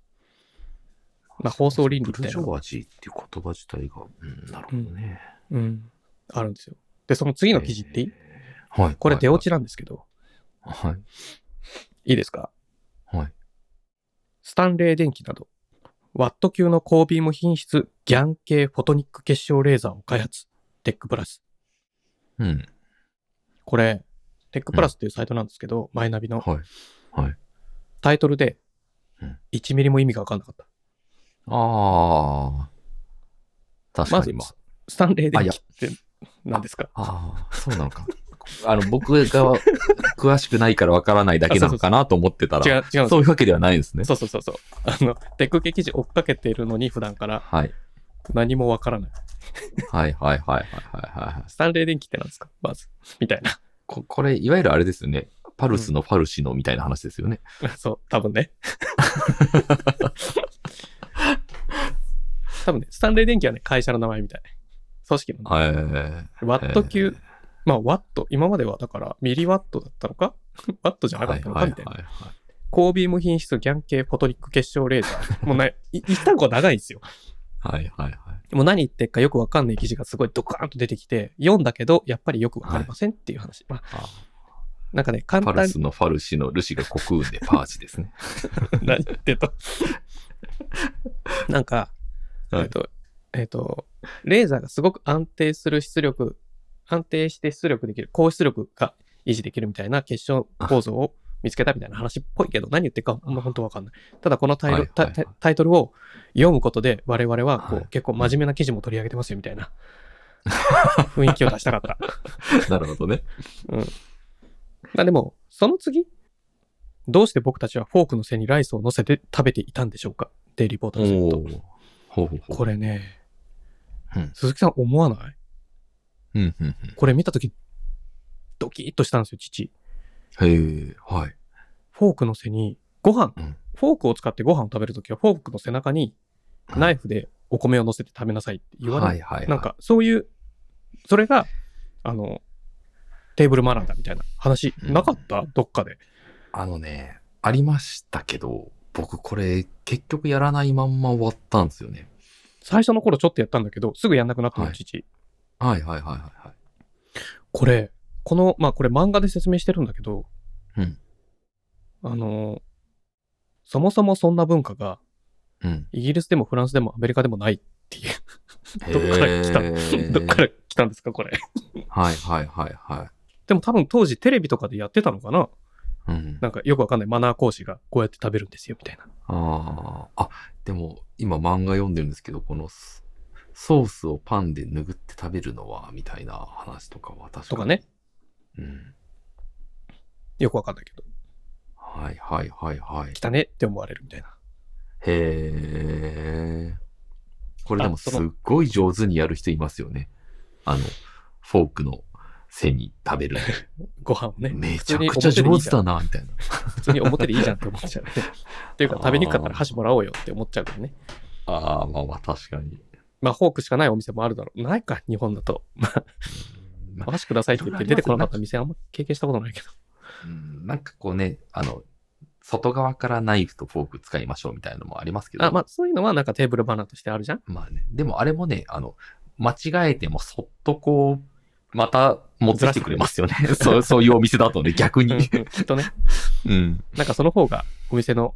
S1: まあ放送倫理み
S2: ブ
S1: た
S2: ル
S1: い
S2: ジ
S1: な
S2: ョ
S1: のが。
S2: ワジーっていう言葉自体が、うん、なるほどね。
S1: うん、あるんですよ。で、その次の記事っていい、
S2: はい。
S1: これ出落
S2: ち。
S1: ちなんですけど、
S2: はい。
S1: いいですか
S2: はい。
S1: スタンレー電気など、ワット級の高ビーム品質ギャン系フォトニック結晶レーザーを開発、テックプラス。
S2: うん。
S1: これ、テックプラスっていうサイトなんですけど、マイナビの
S2: はい。はい。
S1: タイトルで
S2: うん、
S1: 1ミリも意味が分かんなかった。
S2: ああ。確か
S1: ま
S2: に
S1: ず
S2: 今。、
S1: スタンレー
S2: あ
S1: 電
S2: いや
S1: 気って何ですか
S2: ああ、そうなのか。あの、僕が詳しくないからわからないだけなのかなと思ってた
S1: 違う
S2: ら、、
S1: 違うんです
S2: そういうわけではないんですね。
S1: そうそうそうそう。あの、テック系記事追っかけてるのに普段から
S2: はい。
S1: 何も分からない。
S2: はいはいはいはいはいはい。
S1: スタンレー電気って何ですかまず。みたいな。
S2: ここれ、いわゆるあれですよね。パルスのファルシのみたいな話ですよね。
S1: そう、多分 ね。多分ね、スタンレー電気はね、会社の名前みたい。組織の名前
S2: えー
S1: ワット級、まあ、ワット、今まではだから、ミリワットだったのか ワットじゃなか
S2: は
S1: っ
S2: い
S1: た
S2: はい
S1: のか
S2: はい
S1: みたいな。
S2: はい。
S1: 高ビーム品質ギャン系フォトニック結晶レーザー。もうね、い一単語長いんですよ。
S2: はいはいはい。
S1: もう何言ってるかよくわかんない記事がすごいドカーンと出てきて、読んだけど、やっぱりよくわかりませんっていう話。まあ、
S2: あ
S1: なんかね、
S2: ーパ
S1: 簡
S2: ル
S1: 単
S2: スのファルシのルシが国運でパーチです ね。
S1: になってと。 なんか、
S2: はい
S1: えっと、えっと、レーザーがすごく安定する出力、安定して出力できる、高出力が維持できるみたいな結晶構造を見つけたみたいな話っぽいけど、何言ってるか、ほんま本当わかんない。ただ、このタイ
S2: は
S1: ル
S2: いはいはい
S1: タタイトルを読むことで、我々はこう、
S2: はい
S1: 結構真面目な記事も取り上げてますよみたい な雰囲気を出したかった。
S2: なるほどね。
S1: まあでも、その次、どうして僕たちはフォークの背にライスを乗せて食べていたんでしょうかデイリーポータ
S2: お
S1: ーズ
S2: お。ほうほうほう。
S1: これね、
S2: うん
S1: 鈴木さん思わない
S2: うんうん
S1: これ見たとき、ドキッとしたんですよ、父。
S2: うん。へえ、はい。
S1: フォークの背に、ご飯、
S2: うん
S1: フォークを使ってご飯を食べるときは、フォークの背中にナイフでお米を乗せて食べなさいって言われる。
S2: はいはいはい。
S1: なんか、そういう、それが、あの、テーブルマナーだみたいな話、
S2: うん
S1: なかったどっかで。
S2: あのね、ありましたけど、僕これ結局やらないまんま終わったんですよね。
S1: 最初の頃ちょっとやったんだけど、すぐやんなくなったの、
S2: はい
S1: 父。
S2: はいはいはいはいはい。
S1: これ、この、まあこれ漫画で説明してるんだけど、
S2: うん
S1: あの、そもそもそんな文化が、
S2: うん。
S1: イギリスでもフランスでもアメリカでもないっていう。どっから来た
S2: た
S1: どっから来たんですか、これ。
S2: はいはいはいは。
S1: でも多分当時テレビとかでやってたのかない
S2: うん。
S1: なんかよくわかんないマナー講師がこうやって食べるんですよ、みたいな。
S2: あーあ、でも今漫画読んでるんですけど、このスソースをパンで拭って食べるのは、みたいな話とかは確かに。
S1: とかね。
S2: うん。
S1: よくわかんないけど、
S2: はいはいはいはい。
S1: 汚ねって思われるみたいな。
S2: へえ。これでも
S1: あ
S2: す
S1: そ
S2: っ
S1: の
S2: ごい上手にやる人いますよね。あの、フォークの背に食べる
S1: ご飯をね
S2: の。。めちゃくちゃ上手だな、みたいな。
S1: 普通に表でいいじゃんって思っちゃうね。っていうか、食べにくかったら箸もらおうよって思っちゃうけどね。
S2: ああ、まあまあ確かに。
S1: まあ、フォークしかないお店もあるだろう。ないか、日本だと。まあ、
S2: ま
S1: お箸くださいって言って出てこなかった店あんま経験したことないけど。
S2: うんなんかこうね、あの、外側からナイフとフォーク使いましょうみたいなのもありますけど。
S1: あ、まあ、そういうのはなんかテーブルバナーとしてあるじゃん。
S2: まあね。でもあれもね、あの、間違えてもそっとこう、また持ってきてくれま すよね。そう、そういうお店だとね、逆
S1: うんう
S2: に
S1: ん。きっ とね。
S2: うん。
S1: なんかその方がお店の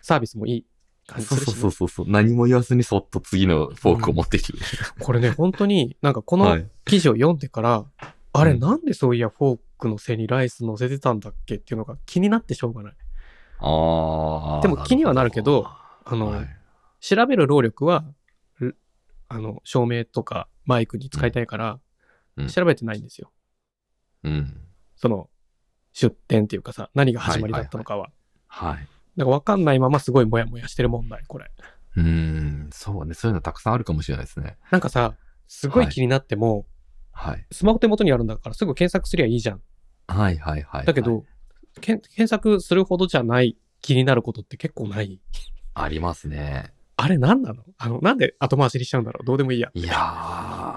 S1: サービスもいい感じす
S2: そう
S1: るしね、
S2: そうそうそうそう。何も言わずにそっと次のフォークを持ってきてくれる。
S1: これね、本当になんかこの
S2: い。
S1: 記事を読んでから、あ
S2: う
S1: れ
S2: ん
S1: なんでそういやフォークの背にライス乗せてたんだっけっていうのが気になってしょうがない。
S2: ああ。
S1: でも気にはなるけどあの、
S2: はい
S1: 調べる労力は、るあの、照明とかマイクに使いたいから
S2: うんうん、
S1: 調べてないんですよ。
S2: うん。
S1: その、出店っていうかさ、何が始まりだったのかは。
S2: はい。
S1: なんかわかんないまますごいモヤモヤしてる問題、これ。
S2: うーん。そうね。そういうのたくさんあるかもしれないですね。
S1: なんかさ、すごい
S2: はい
S1: 気になっても、
S2: はい。
S1: スマホ手元にあるんだからすぐ検索すりゃいいじゃん。
S2: はいはいはい。
S1: だけど、、けん検索するほどじゃない気になることって結構ない。
S2: ありますね。
S1: あれ何なのあの、なんで後回しにしちゃうんだろうどうでもいいや。
S2: いやー。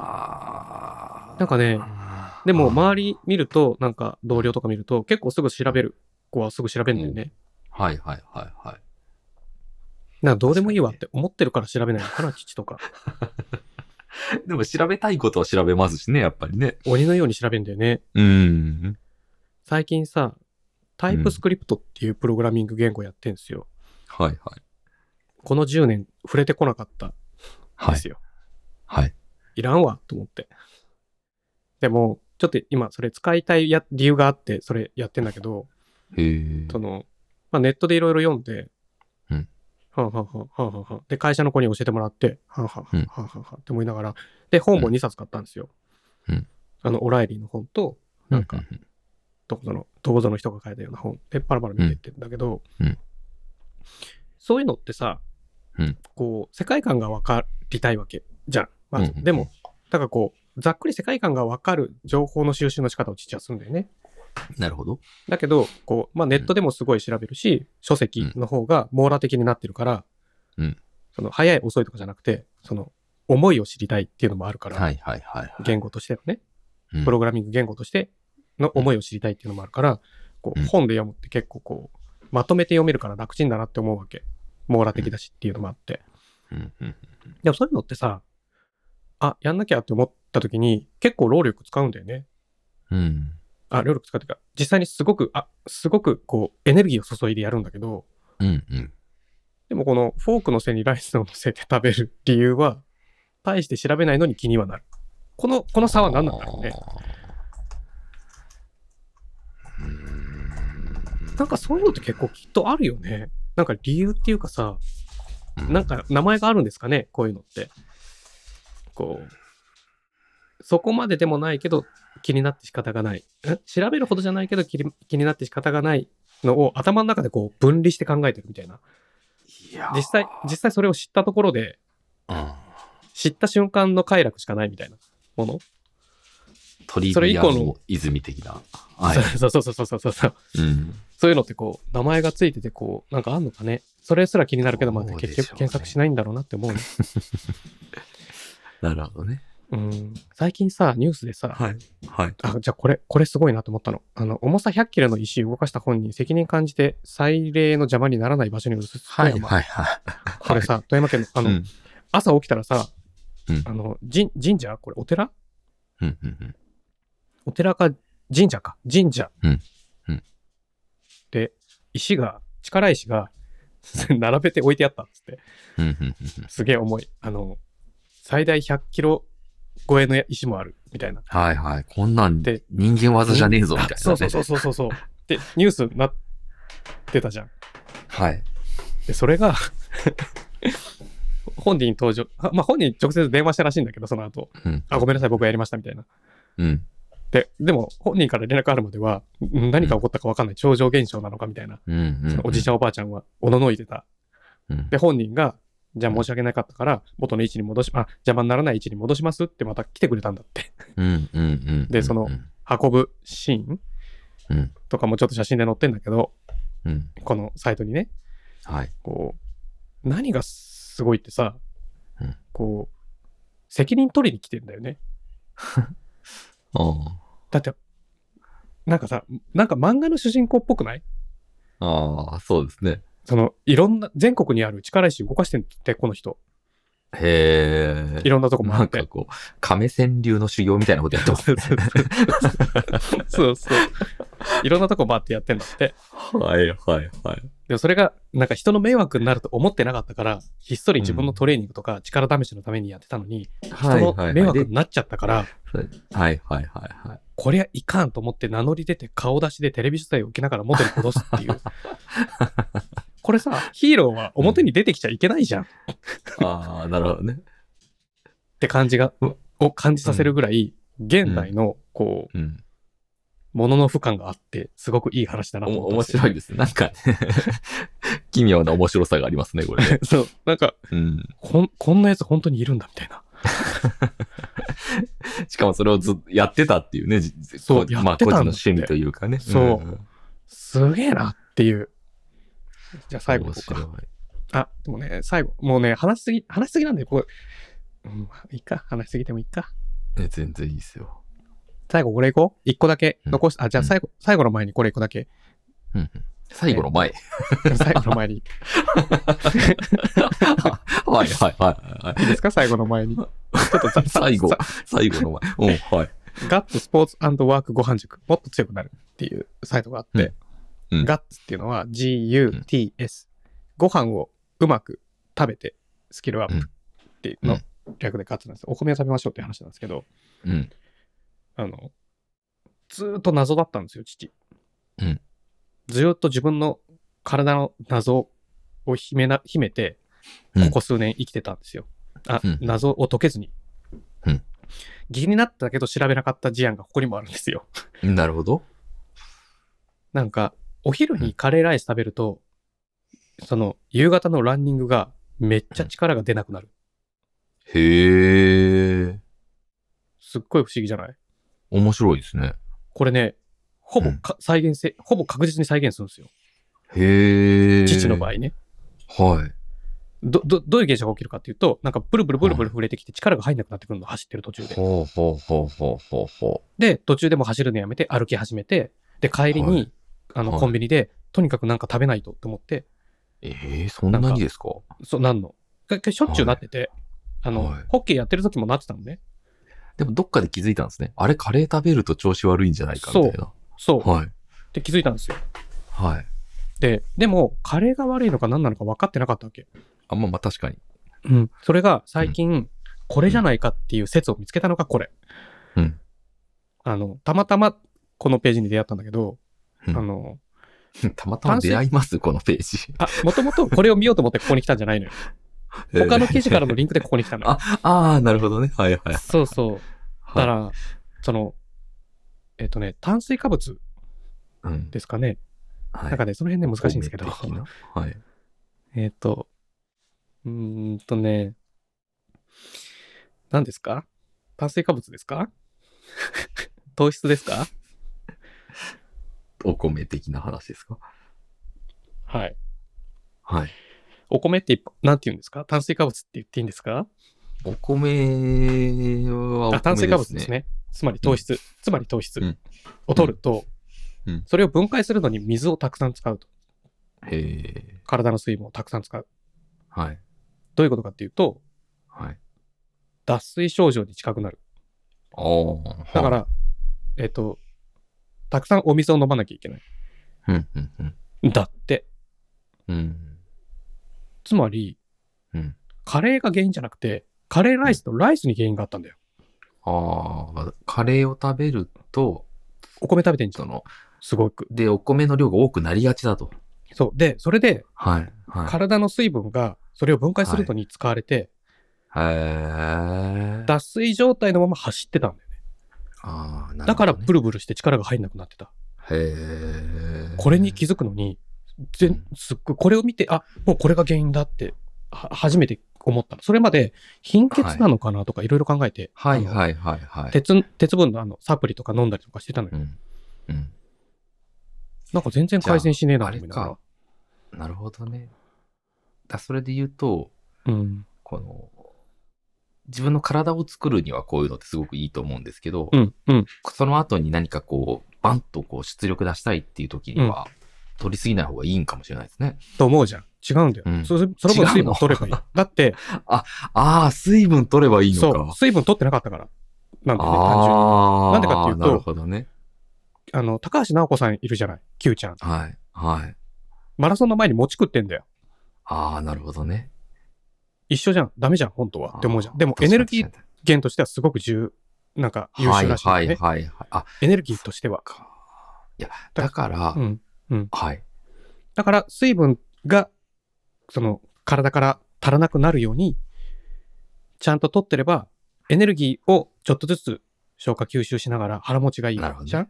S1: なんかね
S2: あー、
S1: でも、周り見ると、なんか同僚とか見ると、結構すぐ調べる子はすぐ調べるんだよね。
S2: はいはいはいはい。
S1: なんかどうでもいいわって思ってるから調べないのかな、父とか。
S2: でも調べたいことは調べますしね、やっぱりね。
S1: 鬼のように調べるんだよね。
S2: うーん。
S1: 最近さ、タイプスクリプトっていうプログラミング言語やってんすよ。
S2: はいはい。
S1: この10年触れてこなかったん
S2: は
S1: で
S2: い
S1: す。よ。
S2: はい。
S1: いらんわ、と思って。でも、ちょっと今それ使いたいや理由があって、それやってんだけど、
S2: へえ。
S1: その、まあ、ネットでいろいろ読んで、
S2: うん
S1: はんはんはんはんはんはん。で、会社の子に教えてもらって、はんはんはん
S2: うん
S1: はんはんはんって思いながら、で、本も2冊買ったんですよ。
S2: うん
S1: あの、オライリーの本と、なんか
S2: う、
S1: どこぞの、どこぞの人が書いたような本で、パラパラ見てってんだけど、
S2: うん
S1: そういうのってさ、
S2: うん
S1: こう、世界観が分かりたいわけじゃん。ま
S2: うん
S1: ず、
S2: うんうん
S1: でも、だからこう、ざっくり世界観が分かる情報の収集の仕方を父はするんだよね。
S2: なるほど。
S1: だけど、こう、まあ、ネットでもすごい調べるし、書籍の方が網羅的になってるから、
S2: うん
S1: その、早い遅いとかじゃなくて、その、思いを知りたいっていうのもあるから、
S2: はいはいはいはい。
S1: 言語としてのね、
S2: うん
S1: プログラミング言語としての思いを知りたいっていうのもあるから、こう
S2: うん
S1: 本で読むって結構こう、まとめて読めるから楽ちんだなって思うわけ。網羅的だしっていうのもあって。
S2: うんうん
S1: でもそういうのってさ、あ、やんなきゃって思った時に結構労力使うんだよね。
S2: うん。
S1: あ、労力使うっていうか、実際にすごく、あ、すごくこう、エネルギーを注いでやるんだけど、
S2: うんうん。
S1: でもこのフォークの背にライスを乗せて食べる理由は、大して調べないのに気にはなる。この、この差は何なんだろうね。
S2: あー。うーん
S1: なんかそういうのって結構きっとあるよね。なんか理由っていうかさ、
S2: うん
S1: なんか名前があるんですかね、こういうのって。こう、そこまででもないけど気になって仕方がない。ん調べるほどじゃないけど気に気になって仕方がないのを頭の中でこう分離して考えてるみたいな。
S2: いやー
S1: 実際、実際それを知ったところで、
S2: うん
S1: 知った瞬間の快楽しかないみたいなもの。
S2: 鳥
S1: それ以降の
S2: の泉的な。はい。
S1: そうそうそうそうそうそうそう。
S2: うん。
S1: そういうのってこう、名前がついててこう、なんかあんのかね。それすら気になるけど、まあ
S2: そうでしょうね
S1: 結局検索しないんだろうなって思うね。
S2: なるほどね。
S1: うん。最近さ、ニュースでさ、
S2: はい。はい。
S1: あ、じゃあこれ、これすごいなと思ったの。あの、重さ100キロの石を動かした本人、責任感じて、祭礼の邪魔にならない場所に移す。
S2: はい
S1: 富山
S2: はいはい。
S1: これさ、富山県の、あ
S2: あ
S1: の、
S2: うん
S1: 朝起きたらさ、
S2: うん
S1: あの、神神社これ、お寺
S2: うんうん
S1: お寺か、神社か。神社。
S2: うんうん
S1: で、石が、力石が、 並べて置いてあったっつって。
S2: うんうんうんうん
S1: すげえ重い。あの、最大100キロ超えの石もある、みたいな。
S2: はいはい。こんなん
S1: で
S2: 人間技じゃねえぞみたいなね。
S1: そうそうそうそうそうそう。 で、ニュースになってたじゃん。
S2: はい。
S1: で、それが、 本人登場、あまあ本人直接電話したらしいんだけど、その後、
S2: うん
S1: あ、ごめんなさい、僕やりましたみたいな。
S2: うん。
S1: で、でも本人から連絡あるまでは、ん何が起こったかわかんない、超常現象なのかみたいな、
S2: うん。うん
S1: そのおじいちゃんおばあちゃんはおののいてた。
S2: うん
S1: で、本人が、じゃあ申し訳なかったから、元の位置に戻し、あ、邪魔にならない位置に戻しますってまた来てくれたんだって。
S2: うん。うん。うん。
S1: でその運ぶシーン
S2: うん。
S1: とかもちょっと写真で載ってんだけど、
S2: うん。
S1: このサイトにね、
S2: はい。
S1: こう、何がすごいってさ、
S2: うん
S1: こう、責任取りに来てんだよね。
S2: ああ。
S1: だって、なんかさ、なんか漫画の主人公っぽくない
S2: ああ、そうですね。
S1: その、いろんな、全国にある力石動かしてんって、この人。
S2: へ
S1: い
S2: え。
S1: ろんなとこも
S2: な
S1: あっ
S2: ん
S1: て
S2: か。こう、亀川流の修行みたいなことやってますね。
S1: そうそう。いろんなとこ回ってやってんだって。
S2: はいはいはい。
S1: でもそれが、なんか人の迷惑になると思ってなかったから、ひっそり自分のトレーニングとか力試しのためにやってたのに、
S2: は
S1: 人の迷惑
S2: で
S1: になっちゃったから、
S2: はいはいはいはい。
S1: こりゃいかんと思って名乗り出て顔出しでテレビ取材を受けながら元に戻すって いう。これさ、ヒーローは表に出てきちゃいけないじゃんっ
S2: ああ、なるほどね。
S1: て感じが
S2: うわ、
S1: を感じさせるぐらい、現代の、こう、
S2: うん。
S1: ものの負感があって、すごくいい話だな
S2: お
S1: と
S2: も
S1: 思
S2: 面
S1: ったん
S2: 白いですね。なんかね、 奇妙な面白さがありますね、これね。
S1: ですよ。そう、なんか、
S2: うん。
S1: こん、こんなやつ本当にいるんだみたいな。
S2: しかもそれをずっとやってたっていうね、じ
S1: そう
S2: こま
S1: やっ
S2: あ
S1: て
S2: 個
S1: たんだ
S2: 人
S1: って
S2: の趣味というかね。。
S1: そうんすげえなっていう。じゃあ最後
S2: 面
S1: こう
S2: 白い
S1: か。。あ、でもね、最後、もうね、話しすぎ、話しすぎなんで、こう、うん、いいか、話しすぎてもいいか。
S2: え全然いいですよ。
S1: 最後これいこう。一個だけ
S2: うん
S1: 残し、あ、じゃあ最後、最後の前にこれ一個だ け。
S2: うんうん。最後の前。
S1: 最後の前に。い
S2: はいはいはいはい
S1: ですか最後の前に。ちょっとざ
S2: い。最後
S1: さ、
S2: 最後の前。うん、はい。
S1: ガッツスポーツワークご飯塾、もっと強くなるっていうサイトがあって、
S2: うんうん
S1: ガッツっていうのは GUTS、ご飯をうまく食べてスキルアップっていうの略でガッツなんですよ。お米を食べましょうっていう話なんですけど、
S2: うん。
S1: あの、ずーっと謎だったんですよ、父。
S2: うん
S1: ずーっと自分の体の謎を秘めな、秘めて、
S2: うん
S1: ここ数年生きてたんですよ。あ
S2: うん、
S1: 謎を解けずに。
S2: うん
S1: 気になったけど調べなかった事案がここにもあるんですよ。
S2: なるほど。
S1: なんか、お昼にカレーライス食べると、その、夕方のランニングがめっちゃ力が出なくなる。
S2: へえ。
S1: すっごい不思議じゃない
S2: 面白いですね。
S1: これね、ほぼ
S2: うん
S1: か再現性、ほぼ確実に再現するんですよ。
S2: へえ。
S1: 父の場合ね。
S2: 合。はい。
S1: ど、ど、どういう現象が起きるかっていうと、なんかブルブルブルブル触れてきて力が入んなくなってくるの、走ってる途中で。
S2: ほうほうほうほうほうほ
S1: で、途中でもう走るのやめて歩き始めて、で、帰りに、
S2: はい
S1: あの、
S2: はい
S1: コンビニで、とにかくなんか食べないとって思って、
S2: う。ええそんな
S1: なんか
S2: にですか
S1: そう、なんの。かかしょっちゅうなってて、あの、
S2: はい
S1: ホッケーやってる時もなってたのね。
S2: でもどっかで気づいたんですね。あれ、カレー食べると調子悪いんじゃないかみたいな。
S1: そう。っ
S2: はい。
S1: て気づいたんですよ。
S2: はい。
S1: で、でも、カレーが悪いのか何なのか分かってなかったわけ。
S2: あんまあ、まあ確かに。
S1: うん。それが最近、これじゃないかっていう説を見つけたのがこれ。
S2: うん。
S1: あの、たまたま、このページに出会ったんだけど、
S2: うん
S1: あの、
S2: たまたま出会います、このページ。
S1: あ、もともとこれを見ようと思ってここに来たんじゃない のよ。 他の記事からのリンクでここに来たのよ。
S2: あ、 ああ、なるほどね。はいはい。
S1: そうそう。だか
S2: は
S1: ら、その、えっとね、炭水化物
S2: い。うん。
S1: ですかね。
S2: はい
S1: なんかね、その辺ね、難しいんですけど。
S2: 方面的なはい。
S1: えっと、うーんとね、何ですか炭水化物ですか 糖質ですか
S2: お米的な話ですか
S1: はい。
S2: はい。
S1: お米って一般、なんて言うんですか炭水化物って言っていいんですか
S2: お米はお米です、ね。
S1: あ炭水化物です。ね。つまり糖質。つまり糖質
S2: うん
S1: を取ると、
S2: うん
S1: それを分解するのに水をたくさん使うと。
S2: へえ。
S1: 体の水分をたくさん使う。
S2: はい。
S1: どういうことかっていうと、
S2: はい。
S1: 脱水症状に近くなる。
S2: ああ。
S1: だから、えっ、と、たくさんお水を飲まなきゃいけない。
S2: うん、うん、うん。
S1: だって。
S2: うん。
S1: つまり、
S2: うん
S1: カレーが原因じゃなくて、カレーライスとライスに原因があったんだよ。
S2: ああ、カレーを食べると、
S1: お米食べてんじゃ
S2: そ
S1: ん。
S2: の、
S1: すごく。
S2: で、お米の量が多くなりがちだと。
S1: そう。で、それで
S2: はい。はい。
S1: 体の水分がそれを分解するのに使われて、
S2: へー。
S1: 脱水状態のまま走ってたんだよね。
S2: あーなるほどね
S1: だからブルブルして力が入んなくなってた。
S2: へー。
S1: これに気づくのに、ぜんすっごい、これを見て、あ、もうこれが原因だって、は初めて思ったの。それまで貧血なのかなとかいろいろ考えて、
S2: はい
S1: い。
S2: はいはいはい。
S1: 鉄、鉄分のあの、サプリとか飲んだりとかしてたのよ。
S2: うん。うん。
S1: なんか全然改善しねえな
S2: あ
S1: と
S2: れ
S1: 思いながら
S2: か。。なるほどね。だそれで言うと、
S1: うん。
S2: この、自分の体を作るにはこういうのってすごくいいと思うんですけど、
S1: うん。うん。
S2: その後に何かこう、バンとこう出力出したいっていう時には、取りすぎない方がいいんかもしれないですね。
S1: と思うじゃん。違うんだよ。
S2: うん
S1: そそその分水分取ればいい。だって、
S2: ああ、水分取れば いいの
S1: そ
S2: か。
S1: う、水分取ってなかったから。なんでね、単純に。
S2: ああ。
S1: なんでかっていうと
S2: なるほどね。
S1: あの、高橋直子さんいるじゃない ?Q ちゃん。
S2: はい。はい。
S1: マラソンの前に餅食ってんだよ。
S2: ああ、なるほどね。
S1: 一緒じゃん。ダメじゃん、本当は。って思うじゃん。でも、
S2: 確
S1: エ
S2: か
S1: ネ
S2: に
S1: ルギー源としてはすごく重、なんか優秀らしいんだ
S2: は
S1: よ
S2: い
S1: ね。
S2: はいはいはい。あ、
S1: エネルギーとしては。
S2: か。いや、だから、
S1: うん。
S2: はい。
S1: だから、水分が、その、体から足らなくなるように、ちゃんと取ってれば、エネルギーをちょっとずつ消化吸収しながら腹持ちがいい
S2: なるほどね
S1: じゃん
S2: い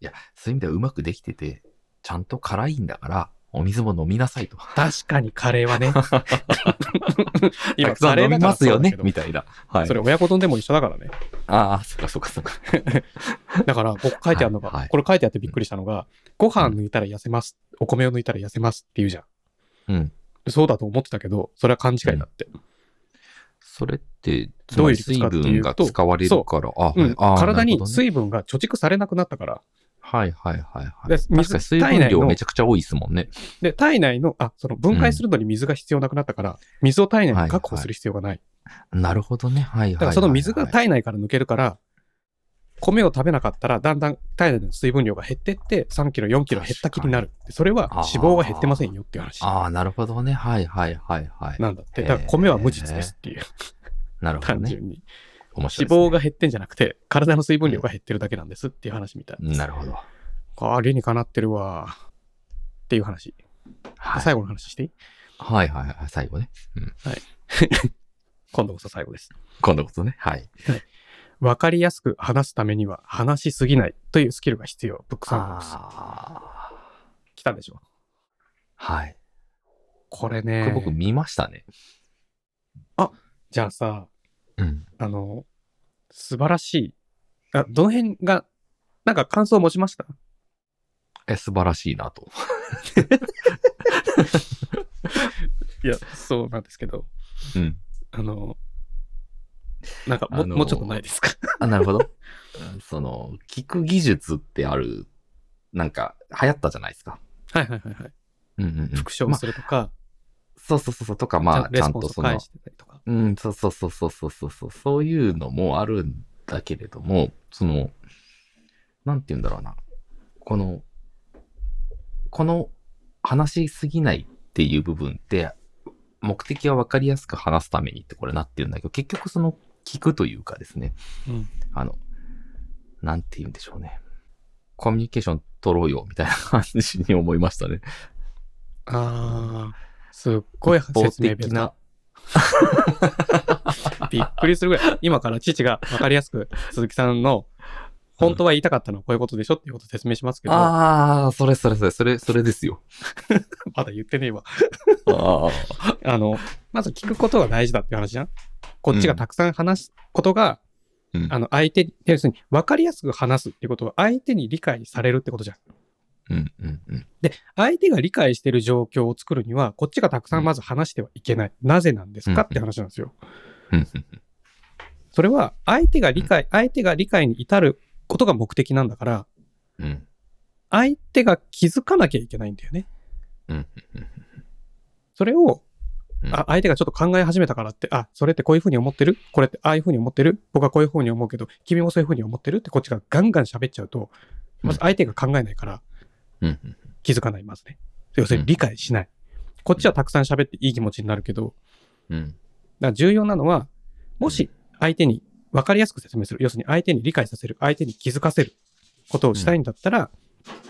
S2: や、そういう意味ではうまくできてて、ちゃんと辛いんだから、お水も飲みなさいと。
S1: 確かにカレーは ね。
S2: たくさん飲みますよね、
S1: み
S2: みたいな。はい。
S1: それ親子丼でも一緒だからね。
S2: ああ、そっかそっかそっか。
S1: だから僕書いてあるのが、
S2: はいはい
S1: これ書いてあってびっくりしたのが、ご飯抜いたら痩せます、お米を抜いたら痩せますって言うじゃん。
S2: うん。
S1: そうだと思ってたけど、それは勘違いだって。
S2: それって、つ
S1: ど
S2: ま
S1: ういう
S2: り
S1: 理屈
S2: 水
S1: かってい
S2: 分
S1: うと
S2: が使われるから、あ、
S1: うん
S2: はいあー
S1: 体
S2: なるほ
S1: に
S2: どね
S1: 水分が貯蓄されなくなったから、
S2: はいはいはいはい。
S1: で
S2: 確かに水
S1: 体
S2: 分
S1: 内
S2: 量
S1: の
S2: めちゃくちゃ多いですもんね。
S1: で、体内の、あ、その分解するのに水が必要なくなったから、水を体内に確保する必要がない。
S2: なるほどね。はいはいはいはい。
S1: だからその水が体内から抜けるから、米を食べなかったら、だんだん体内の水分量が減ってって、3キロ、4キロ減った気になる。でそれは脂肪は減ってませんよっていう話
S2: ああ、なるほどね。はいはいはいはい。
S1: なんだって。だから米は無実ですっていう、
S2: なるほど
S1: 単
S2: ね。
S1: 純に。
S2: 面白い
S1: 脂
S2: ですね
S1: 肪が減ってんじゃなくて、体の水分量が減ってるだけなんですっていう話みたい。
S2: なるほど。
S1: あ、理にかなってるわ。っていう話。
S2: はい。
S1: 最後の話していい
S2: はいはいはい。最後ね。
S1: 今度こそ最後です。
S2: 今度こそね。はい。
S1: わかりやすく話すためには話しすぎないというスキルが必要。ブックサンボックス。
S2: ああ。
S1: 来たでしょ。
S2: はい。
S1: これ
S2: こ
S1: ね
S2: れ。僕見ましたね。
S1: じゃあさ、
S2: うん。
S1: あの、素晴らしい。あ、どの辺が、なんか感想を持ちました
S2: え、素晴らしいなと。
S1: いや、そうなんですけど、
S2: うん。
S1: あの、なんかも、
S2: あの
S1: もうちょっとないですか
S2: あ、なるほど。うんその、聞く技術ってある、なんか、流行ったじゃないですか。
S1: はいはいはいはい。
S2: うんうん、うん。
S1: 復唱
S2: まあ
S1: するとか、
S2: そうそうそうそう、とか、まあ、
S1: レ
S2: ちゃ
S1: ス
S2: ん
S1: ポン
S2: と
S1: ス
S2: その
S1: 返、してたりとか。
S2: うん、そうそうそうそうそうそうそう、そういうのもあるんだけれども、その、なんて言うんだろうな。この、この、話しすぎないっていう部分って、目的は分かりやすく話すためにってこれなってるんだけど、結局その、聞くというかですね、
S1: うん
S2: あの、なんて言うんでしょうね。コミュニケーション取ろうよ、みたいな感じに思いましたね。
S1: ああ、すっごい
S2: 一方
S1: 説明
S2: 的
S1: 別
S2: な
S1: だ。。びっくりするぐらい。今から父がわかりやすく鈴木さんの、本当は言いたかったのはこういうことでしょっていうことを説明しますけど、ま
S2: ああ、それそれそれ、それ、それですよ。
S1: だ言ってねえわ。
S2: あ
S1: あの、まず聞くことが大事だっていう話じゃん。こっちがたくさん話すことが、
S2: うん
S1: あの、相手に、要するに分かりやすく話すっていうことは相手に理解されるってことじゃん。
S2: うんうんうん。
S1: 相手が理解してる状況を作るには、こっちがたくさんまず話してはいけない。なぜなんですかって話なんですよ。
S2: うん
S1: それは相手が理解、相手が理解に至ることが目的なんだから、
S2: うん
S1: 相手が気づかなきゃいけないんだよね。
S2: うん
S1: それを、
S2: うん
S1: あ、相手がちょっと考え始めたからって、あ、それってこういうふうに思ってるこれってああいうふうに思ってる僕はこういうふうに思うけど、君もそういうふうに思ってるってこっちがガンガン喋っちゃうと、まず相手が考えないから
S2: うん
S1: 気づかない、まずね。要するに理解しない。こっちはたくさん喋っていい気持ちになるけど、
S2: うん
S1: だから重要なのは、もし相手に分かりやすく説明する、要するに相手に理解させる、相手に気づかせることをしたいんだったら、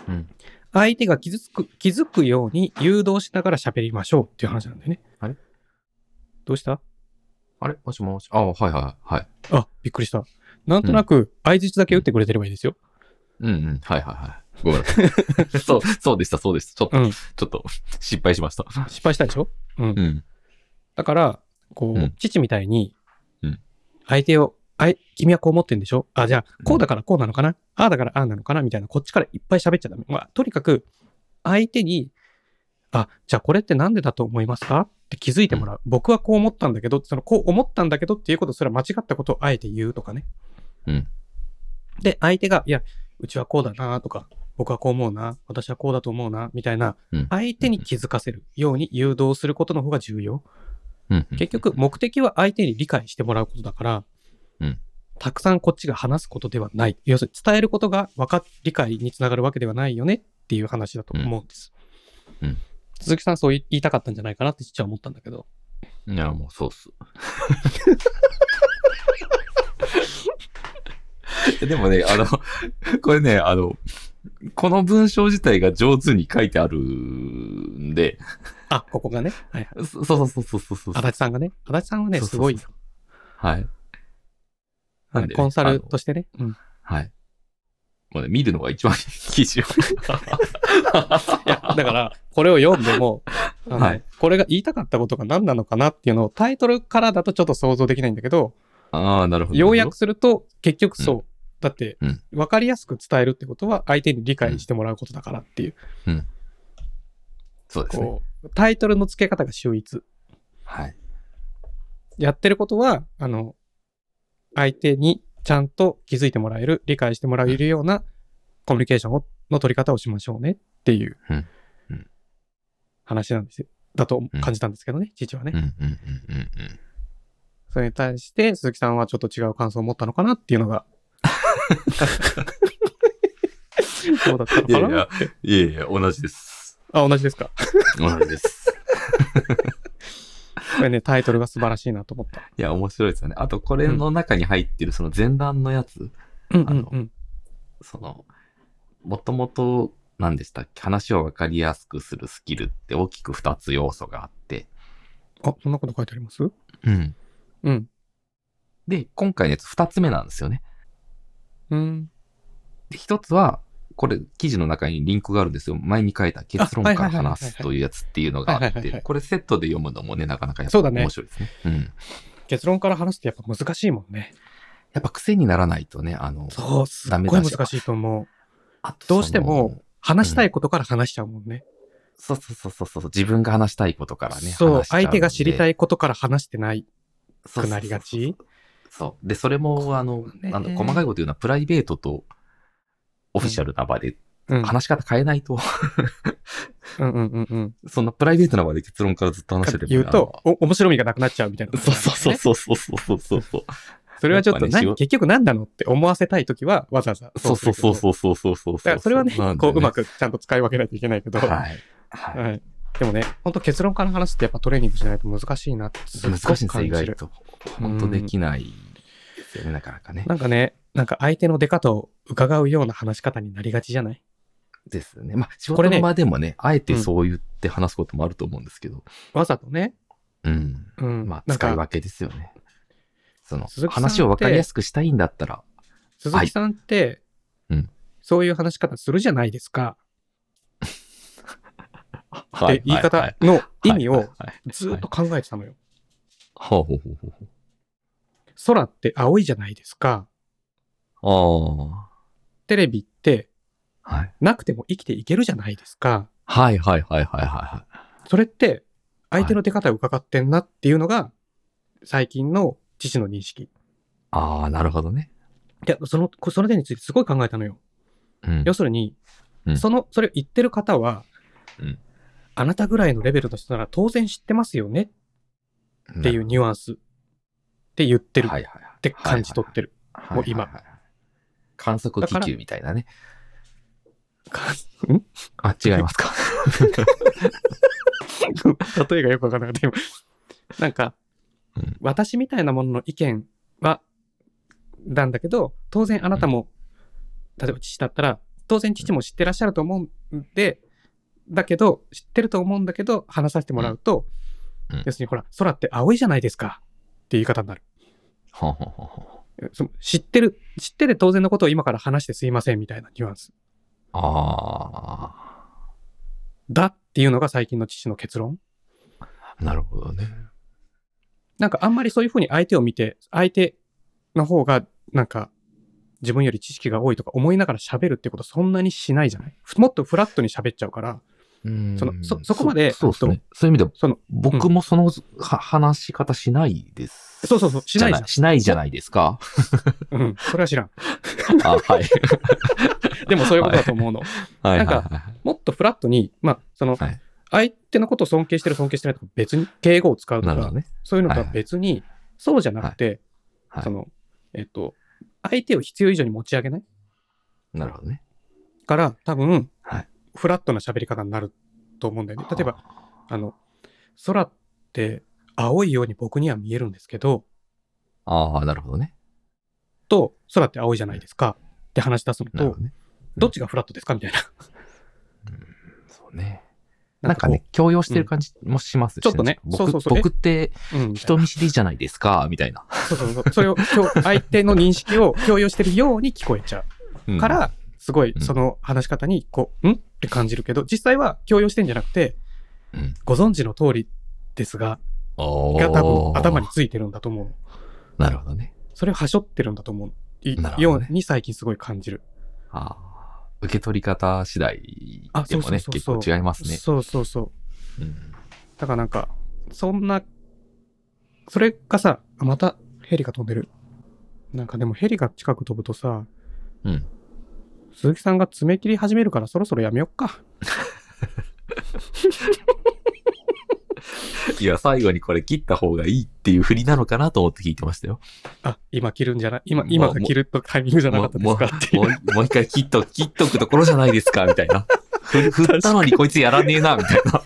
S2: うん
S1: 相手が気づく、気づくように誘導しながら喋りましょうっていう話なんだよね。
S2: あれ
S1: どうした
S2: あれもしもし。あはいはいはい。
S1: あ、びっくりした。なんとなく、相槌だけ打ってくれてればいいですよ。
S2: うんうん。はいはいはい。ごめんなさ い。そう、そうでした、そうでした。ちょっと、
S1: うん
S2: ちょっと、失敗しました。
S1: 失敗したでしょうん
S2: う。ん。
S1: だから、こ
S2: う、
S1: うん父みたいに
S2: うん、
S1: 相手を、あい、君はこう思ってんでしょあ、じゃあ、こうだからこうなのかなああだからああなのかなみたいな、こっちからいっぱい喋っちゃダメ。まあ、とにかく、相手に、あ、じゃあこれってなんでだと思いますかって気づいてもらう。僕はこう思ったんだけど、その、こう思ったんだけどっていうことすら間違ったことをあえて言うとかね。
S2: うん。
S1: で、相手が、いや、うちはこうだなとか、僕はこう思うな、私はこうだと思うな、みたいな
S2: うん、
S1: 相手に気づかせるように誘導することの方が重要。
S2: うん。
S1: 結局、目的は相手に理解してもらうことだから、
S2: うん
S1: たくさんこっちが話すことではない。要するに伝えることが分か理解につながるわけではないよねっていう話だと思うんです。
S2: うんうん
S1: 鈴木さんそう言いたかったんじゃないかなって実は思ったんだけど。
S2: いや、もうそうっす。 でもね、あの、これね、あの、この文章自体が上手に書いてあるんで、
S1: あ、ここがね。はいはい。
S2: そそうそうそうそうそう。
S1: 足立さんがね。足立さんはね、
S2: そう
S1: す
S2: そうそ
S1: ご
S2: う
S1: いよ。
S2: はい。なんでね
S1: コンサルとしてね。うん。
S2: はい。もうね、見るのが一番いい 記事を。
S1: いや、だから、これを読んでも、あの
S2: はい
S1: これが言いたかったことが何なのかなっていうのをタイトルからだとちょっと想像できないんだけど、
S2: ああ、なるほど。
S1: 要約すると、結局そう。だって
S2: うん、
S1: 分かりやすく伝えるってことは、相手に理解してもらうことだからっていう、
S2: そうですね。
S1: こう、タイトルの付け方が秀逸。
S2: はい。
S1: やってることは、あの、相手にちゃんと気づいてもらえる、理解してもらえるようなコミュニケーションをの取り方をしましょうねっていう
S2: うんうん
S1: 話なんですよ。だと感じたんですけどね、父はね
S2: うん。うんうんうんうん。
S1: それに対して、鈴木さんはちょっと違う感想を持ったのかなっていうの が。どうだったの
S2: い
S1: か
S2: や
S1: ない
S2: や、いやいや、同じです。
S1: あ、同じですか。
S2: 同じです。
S1: これね、タイトルが素晴らしいなと思った。
S2: いや、面白いですよね。あと、これの中に入ってるその前段のやつ。
S1: うん
S2: うんうんその、もともと、何でしたっけ話を分かりやすくするスキルって大きく2つ要素があって。
S1: あ、そんなこと書いてあります
S2: うん。
S1: うん。
S2: で、今回のやつ2つ目なんですよね。
S1: うん。
S2: で、1つは、これ、記事の中にリンクがあるんですよ。前に書いた結論
S1: あは
S2: か
S1: いはい
S2: ら
S1: はいはいはい
S2: 話すというやつっていうのがあ
S1: はい
S2: っ
S1: はいはいはい
S2: て、これセットで読むのもね、なかなかやっ
S1: そ
S2: ぱ
S1: うだね
S2: 面白いですね。うん。
S1: 結論から話すってやっぱ難しいもんね。
S2: やっぱ癖にならないとね、あの、
S1: そう、すっ
S2: ダメ
S1: ごい
S2: だし
S1: 難しいと思う。
S2: あとそ
S1: ど
S2: の
S1: うしても、話したいことから話しちゃうもんね。
S2: そうそうそうそうそう、自分が話したいことからね。
S1: そう、相手が知りた
S2: い
S1: いことから話してないくなりがち。
S2: そう。で、それも、あの、
S1: ね
S2: なんだ細かいこと言うのは、プライベートとオフィシャルな場で、
S1: うん。
S2: 話し方変えないと、
S1: うんうんうんうん。
S2: そんなプライベートな場で結論からずっと話してても
S1: 言うと、お、面白みがなくなっちゃうみたい
S2: あ
S1: な
S2: の
S1: ことなんだよね。
S2: そうそうそうそうそうそうそう。
S1: それはちょっと
S2: やっぱ
S1: 何
S2: ね仕事
S1: 結局何なのって思わせたいときはわざわざ
S2: そうそ
S1: うするけ
S2: うそう
S1: ど。
S2: そうそうそうそう。
S1: だからそれはね、
S2: なんで
S1: こううまくちゃんと使い分けないといけないけど、は
S2: はい。
S1: い。
S2: はい
S1: でもね、本当結論から話すってやっぱトレーニングしないと難しいなってすっごく
S2: 難しいんですよ、
S1: 感
S2: 意
S1: じ
S2: 外
S1: る。
S2: と。本当できないですよね、なかなかね。
S1: なんかね、なんか相手の出方を伺うような話し方になりがちじゃない
S2: ですね。まあ、仕
S1: これ
S2: 事
S1: ね
S2: の場でもね、あえてそう言って話すこともあると思うんですけど、
S1: わざとね。
S2: うん。
S1: うん。
S2: まあ、
S1: なん
S2: 使い
S1: か、
S2: 分けですよね。その
S1: 鈴木、さんって
S2: 話を分かりやすくしたいんだったら、
S1: 鈴木さんって、
S2: うん
S1: そういう話し方するじゃないですか。
S2: は
S1: って言い方の意味を
S2: はい
S1: ずっと考えてたのよ。
S2: ほうほうほうほうほう
S1: 空って青いじゃないですか。
S2: あ
S1: テレビって
S2: あ。はい。
S1: なくても生きていけるじゃないですか。
S2: はいはいはいはいは
S1: それって、相手の出方を伺ってんなっていうのが、最近の父の認識。
S2: い。ああ、なるほどね。
S1: いや、その、こその点についてすごい考えたのよ。
S2: うん
S1: 要するに、
S2: うん
S1: その、それを言ってる方は、
S2: うん
S1: あなたぐらいのレベルの人なら当然知ってますよねっていうニュアンスって言ってる
S2: はい
S1: っ
S2: はいはい
S1: て感じ取ってる。
S2: はいはいはい
S1: もう今
S2: はいはいはい観測気球みたいなね。
S1: ん
S2: あ、違いますか。
S1: 例えがよくわからなかった今。なんか、
S2: うん
S1: 私みたいなものの意見は、なんだけど、当然あなたも、例えば父だったら、当然父も知ってらっしゃると思うんで、だけど、知ってると思うんだけど、話させてもらうと、
S2: うん
S1: 要するにほら、空って青いじゃないですかっていう言い方になる。
S2: はあはあは
S1: えその知ってる、知ってて当然のことを今から話してすいませんみたいなニュアンス。
S2: あはあ。あ
S1: だっていうのが最近の父の結論。
S2: あ、なるほどね。
S1: なんかあんまりそういうふうに相手を見て、相手の方が、なんか、自分より知識が多いとか思いながら喋るってことそんなにしないじゃないふもっとフラットに喋っちゃうから、
S2: うん
S1: そのそそこまで
S2: そうそうですね。そういう意味では、
S1: その、
S2: 僕もその、は話し方しないです。
S1: そうそうそうしないじゃん
S2: しないじゃないですか。
S1: うん、それは知 らん。
S2: あはい。
S1: でもそういうことだと思うの。
S2: はいはい
S1: なんか
S2: は
S1: もっとフラットに、まあ、その、
S2: はい
S1: 相手のことを尊敬してる尊敬してないとか別に、敬語を使う
S2: い。
S1: と
S2: なるほ
S1: か
S2: ど、ね。
S1: そういうのとはい
S2: ははい
S1: 別に、そうじゃなくて、
S2: はい
S1: その、えっと、相手を必要以上に持ち上げない
S2: なるほどね。
S1: から、多分、
S2: はい
S1: フラットな喋り方になると思うんだよね。例えば、あの、空って青いように僕には見えるんですけど、
S2: ああ、なるほどね。
S1: と、空って青いじゃないですかって話し出すの
S2: なるほ
S1: と
S2: ど、ね。
S1: どっちがフラットですかみたいな。
S2: そうね。 なんかね
S1: こ、
S2: 強要してる感じもしますし
S1: ちょっとね
S2: 僕
S1: そうそうそう
S2: 僕って
S1: う、うん、
S2: 人見知りじゃないですか、みたいな。
S1: そうそうそう。それを、共相手の認識を共有してるように聞こえちゃ
S2: うん
S1: うから、すごい
S2: うん
S1: その話し方に、こう、んって感じるけど、実際は共有してんじゃなくて、
S2: うん
S1: ご存知の通りですが、
S2: おー
S1: が多分頭についてるんだと思う。
S2: なるほどね。
S1: それをはしょってるんだと思う。い
S2: なるほどね
S1: ように最近すごい感じる。
S2: ああ。受け取り方次第
S1: あ
S2: で
S1: そう
S2: も
S1: そう
S2: ね、
S1: そう
S2: 結
S1: そう
S2: 構違いますね。
S1: そうそうそう。
S2: うん
S1: だからなんか、そんな、それがさ、あまたヘリが飛んでる。なんかでもヘリが近く飛ぶとさ、
S2: うん
S1: 鈴木さんが爪切り始めるからそろそろやめよっか。
S2: いや、最後にこれ切った方がいいっていう振りなのかなと思って聞いてましたよ。
S1: あ、今切るんじゃない今
S2: も、う
S1: 今が切るとタイミングじゃなかったですかっていう。
S2: もう、もう一回切っ と、切っとくところじゃないですか、みたいな。ふ振ったのにこいつやらねえな、みたいな。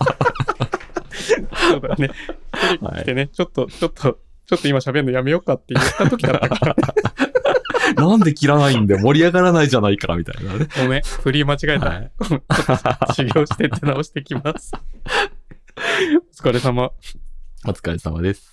S1: そうだね。ヘリ
S2: はい
S1: 来てね、ちょっと、ちょっと、ちょっと今喋るのやめよっかって言った時だったから。
S2: なんで切らないんだよ盛り上がらないじゃないか、みたいなね。
S1: ごめん、振り間違えた。
S2: はい
S1: ちょっと 修行してって直してきます。お疲れ様。
S2: お疲れ様です。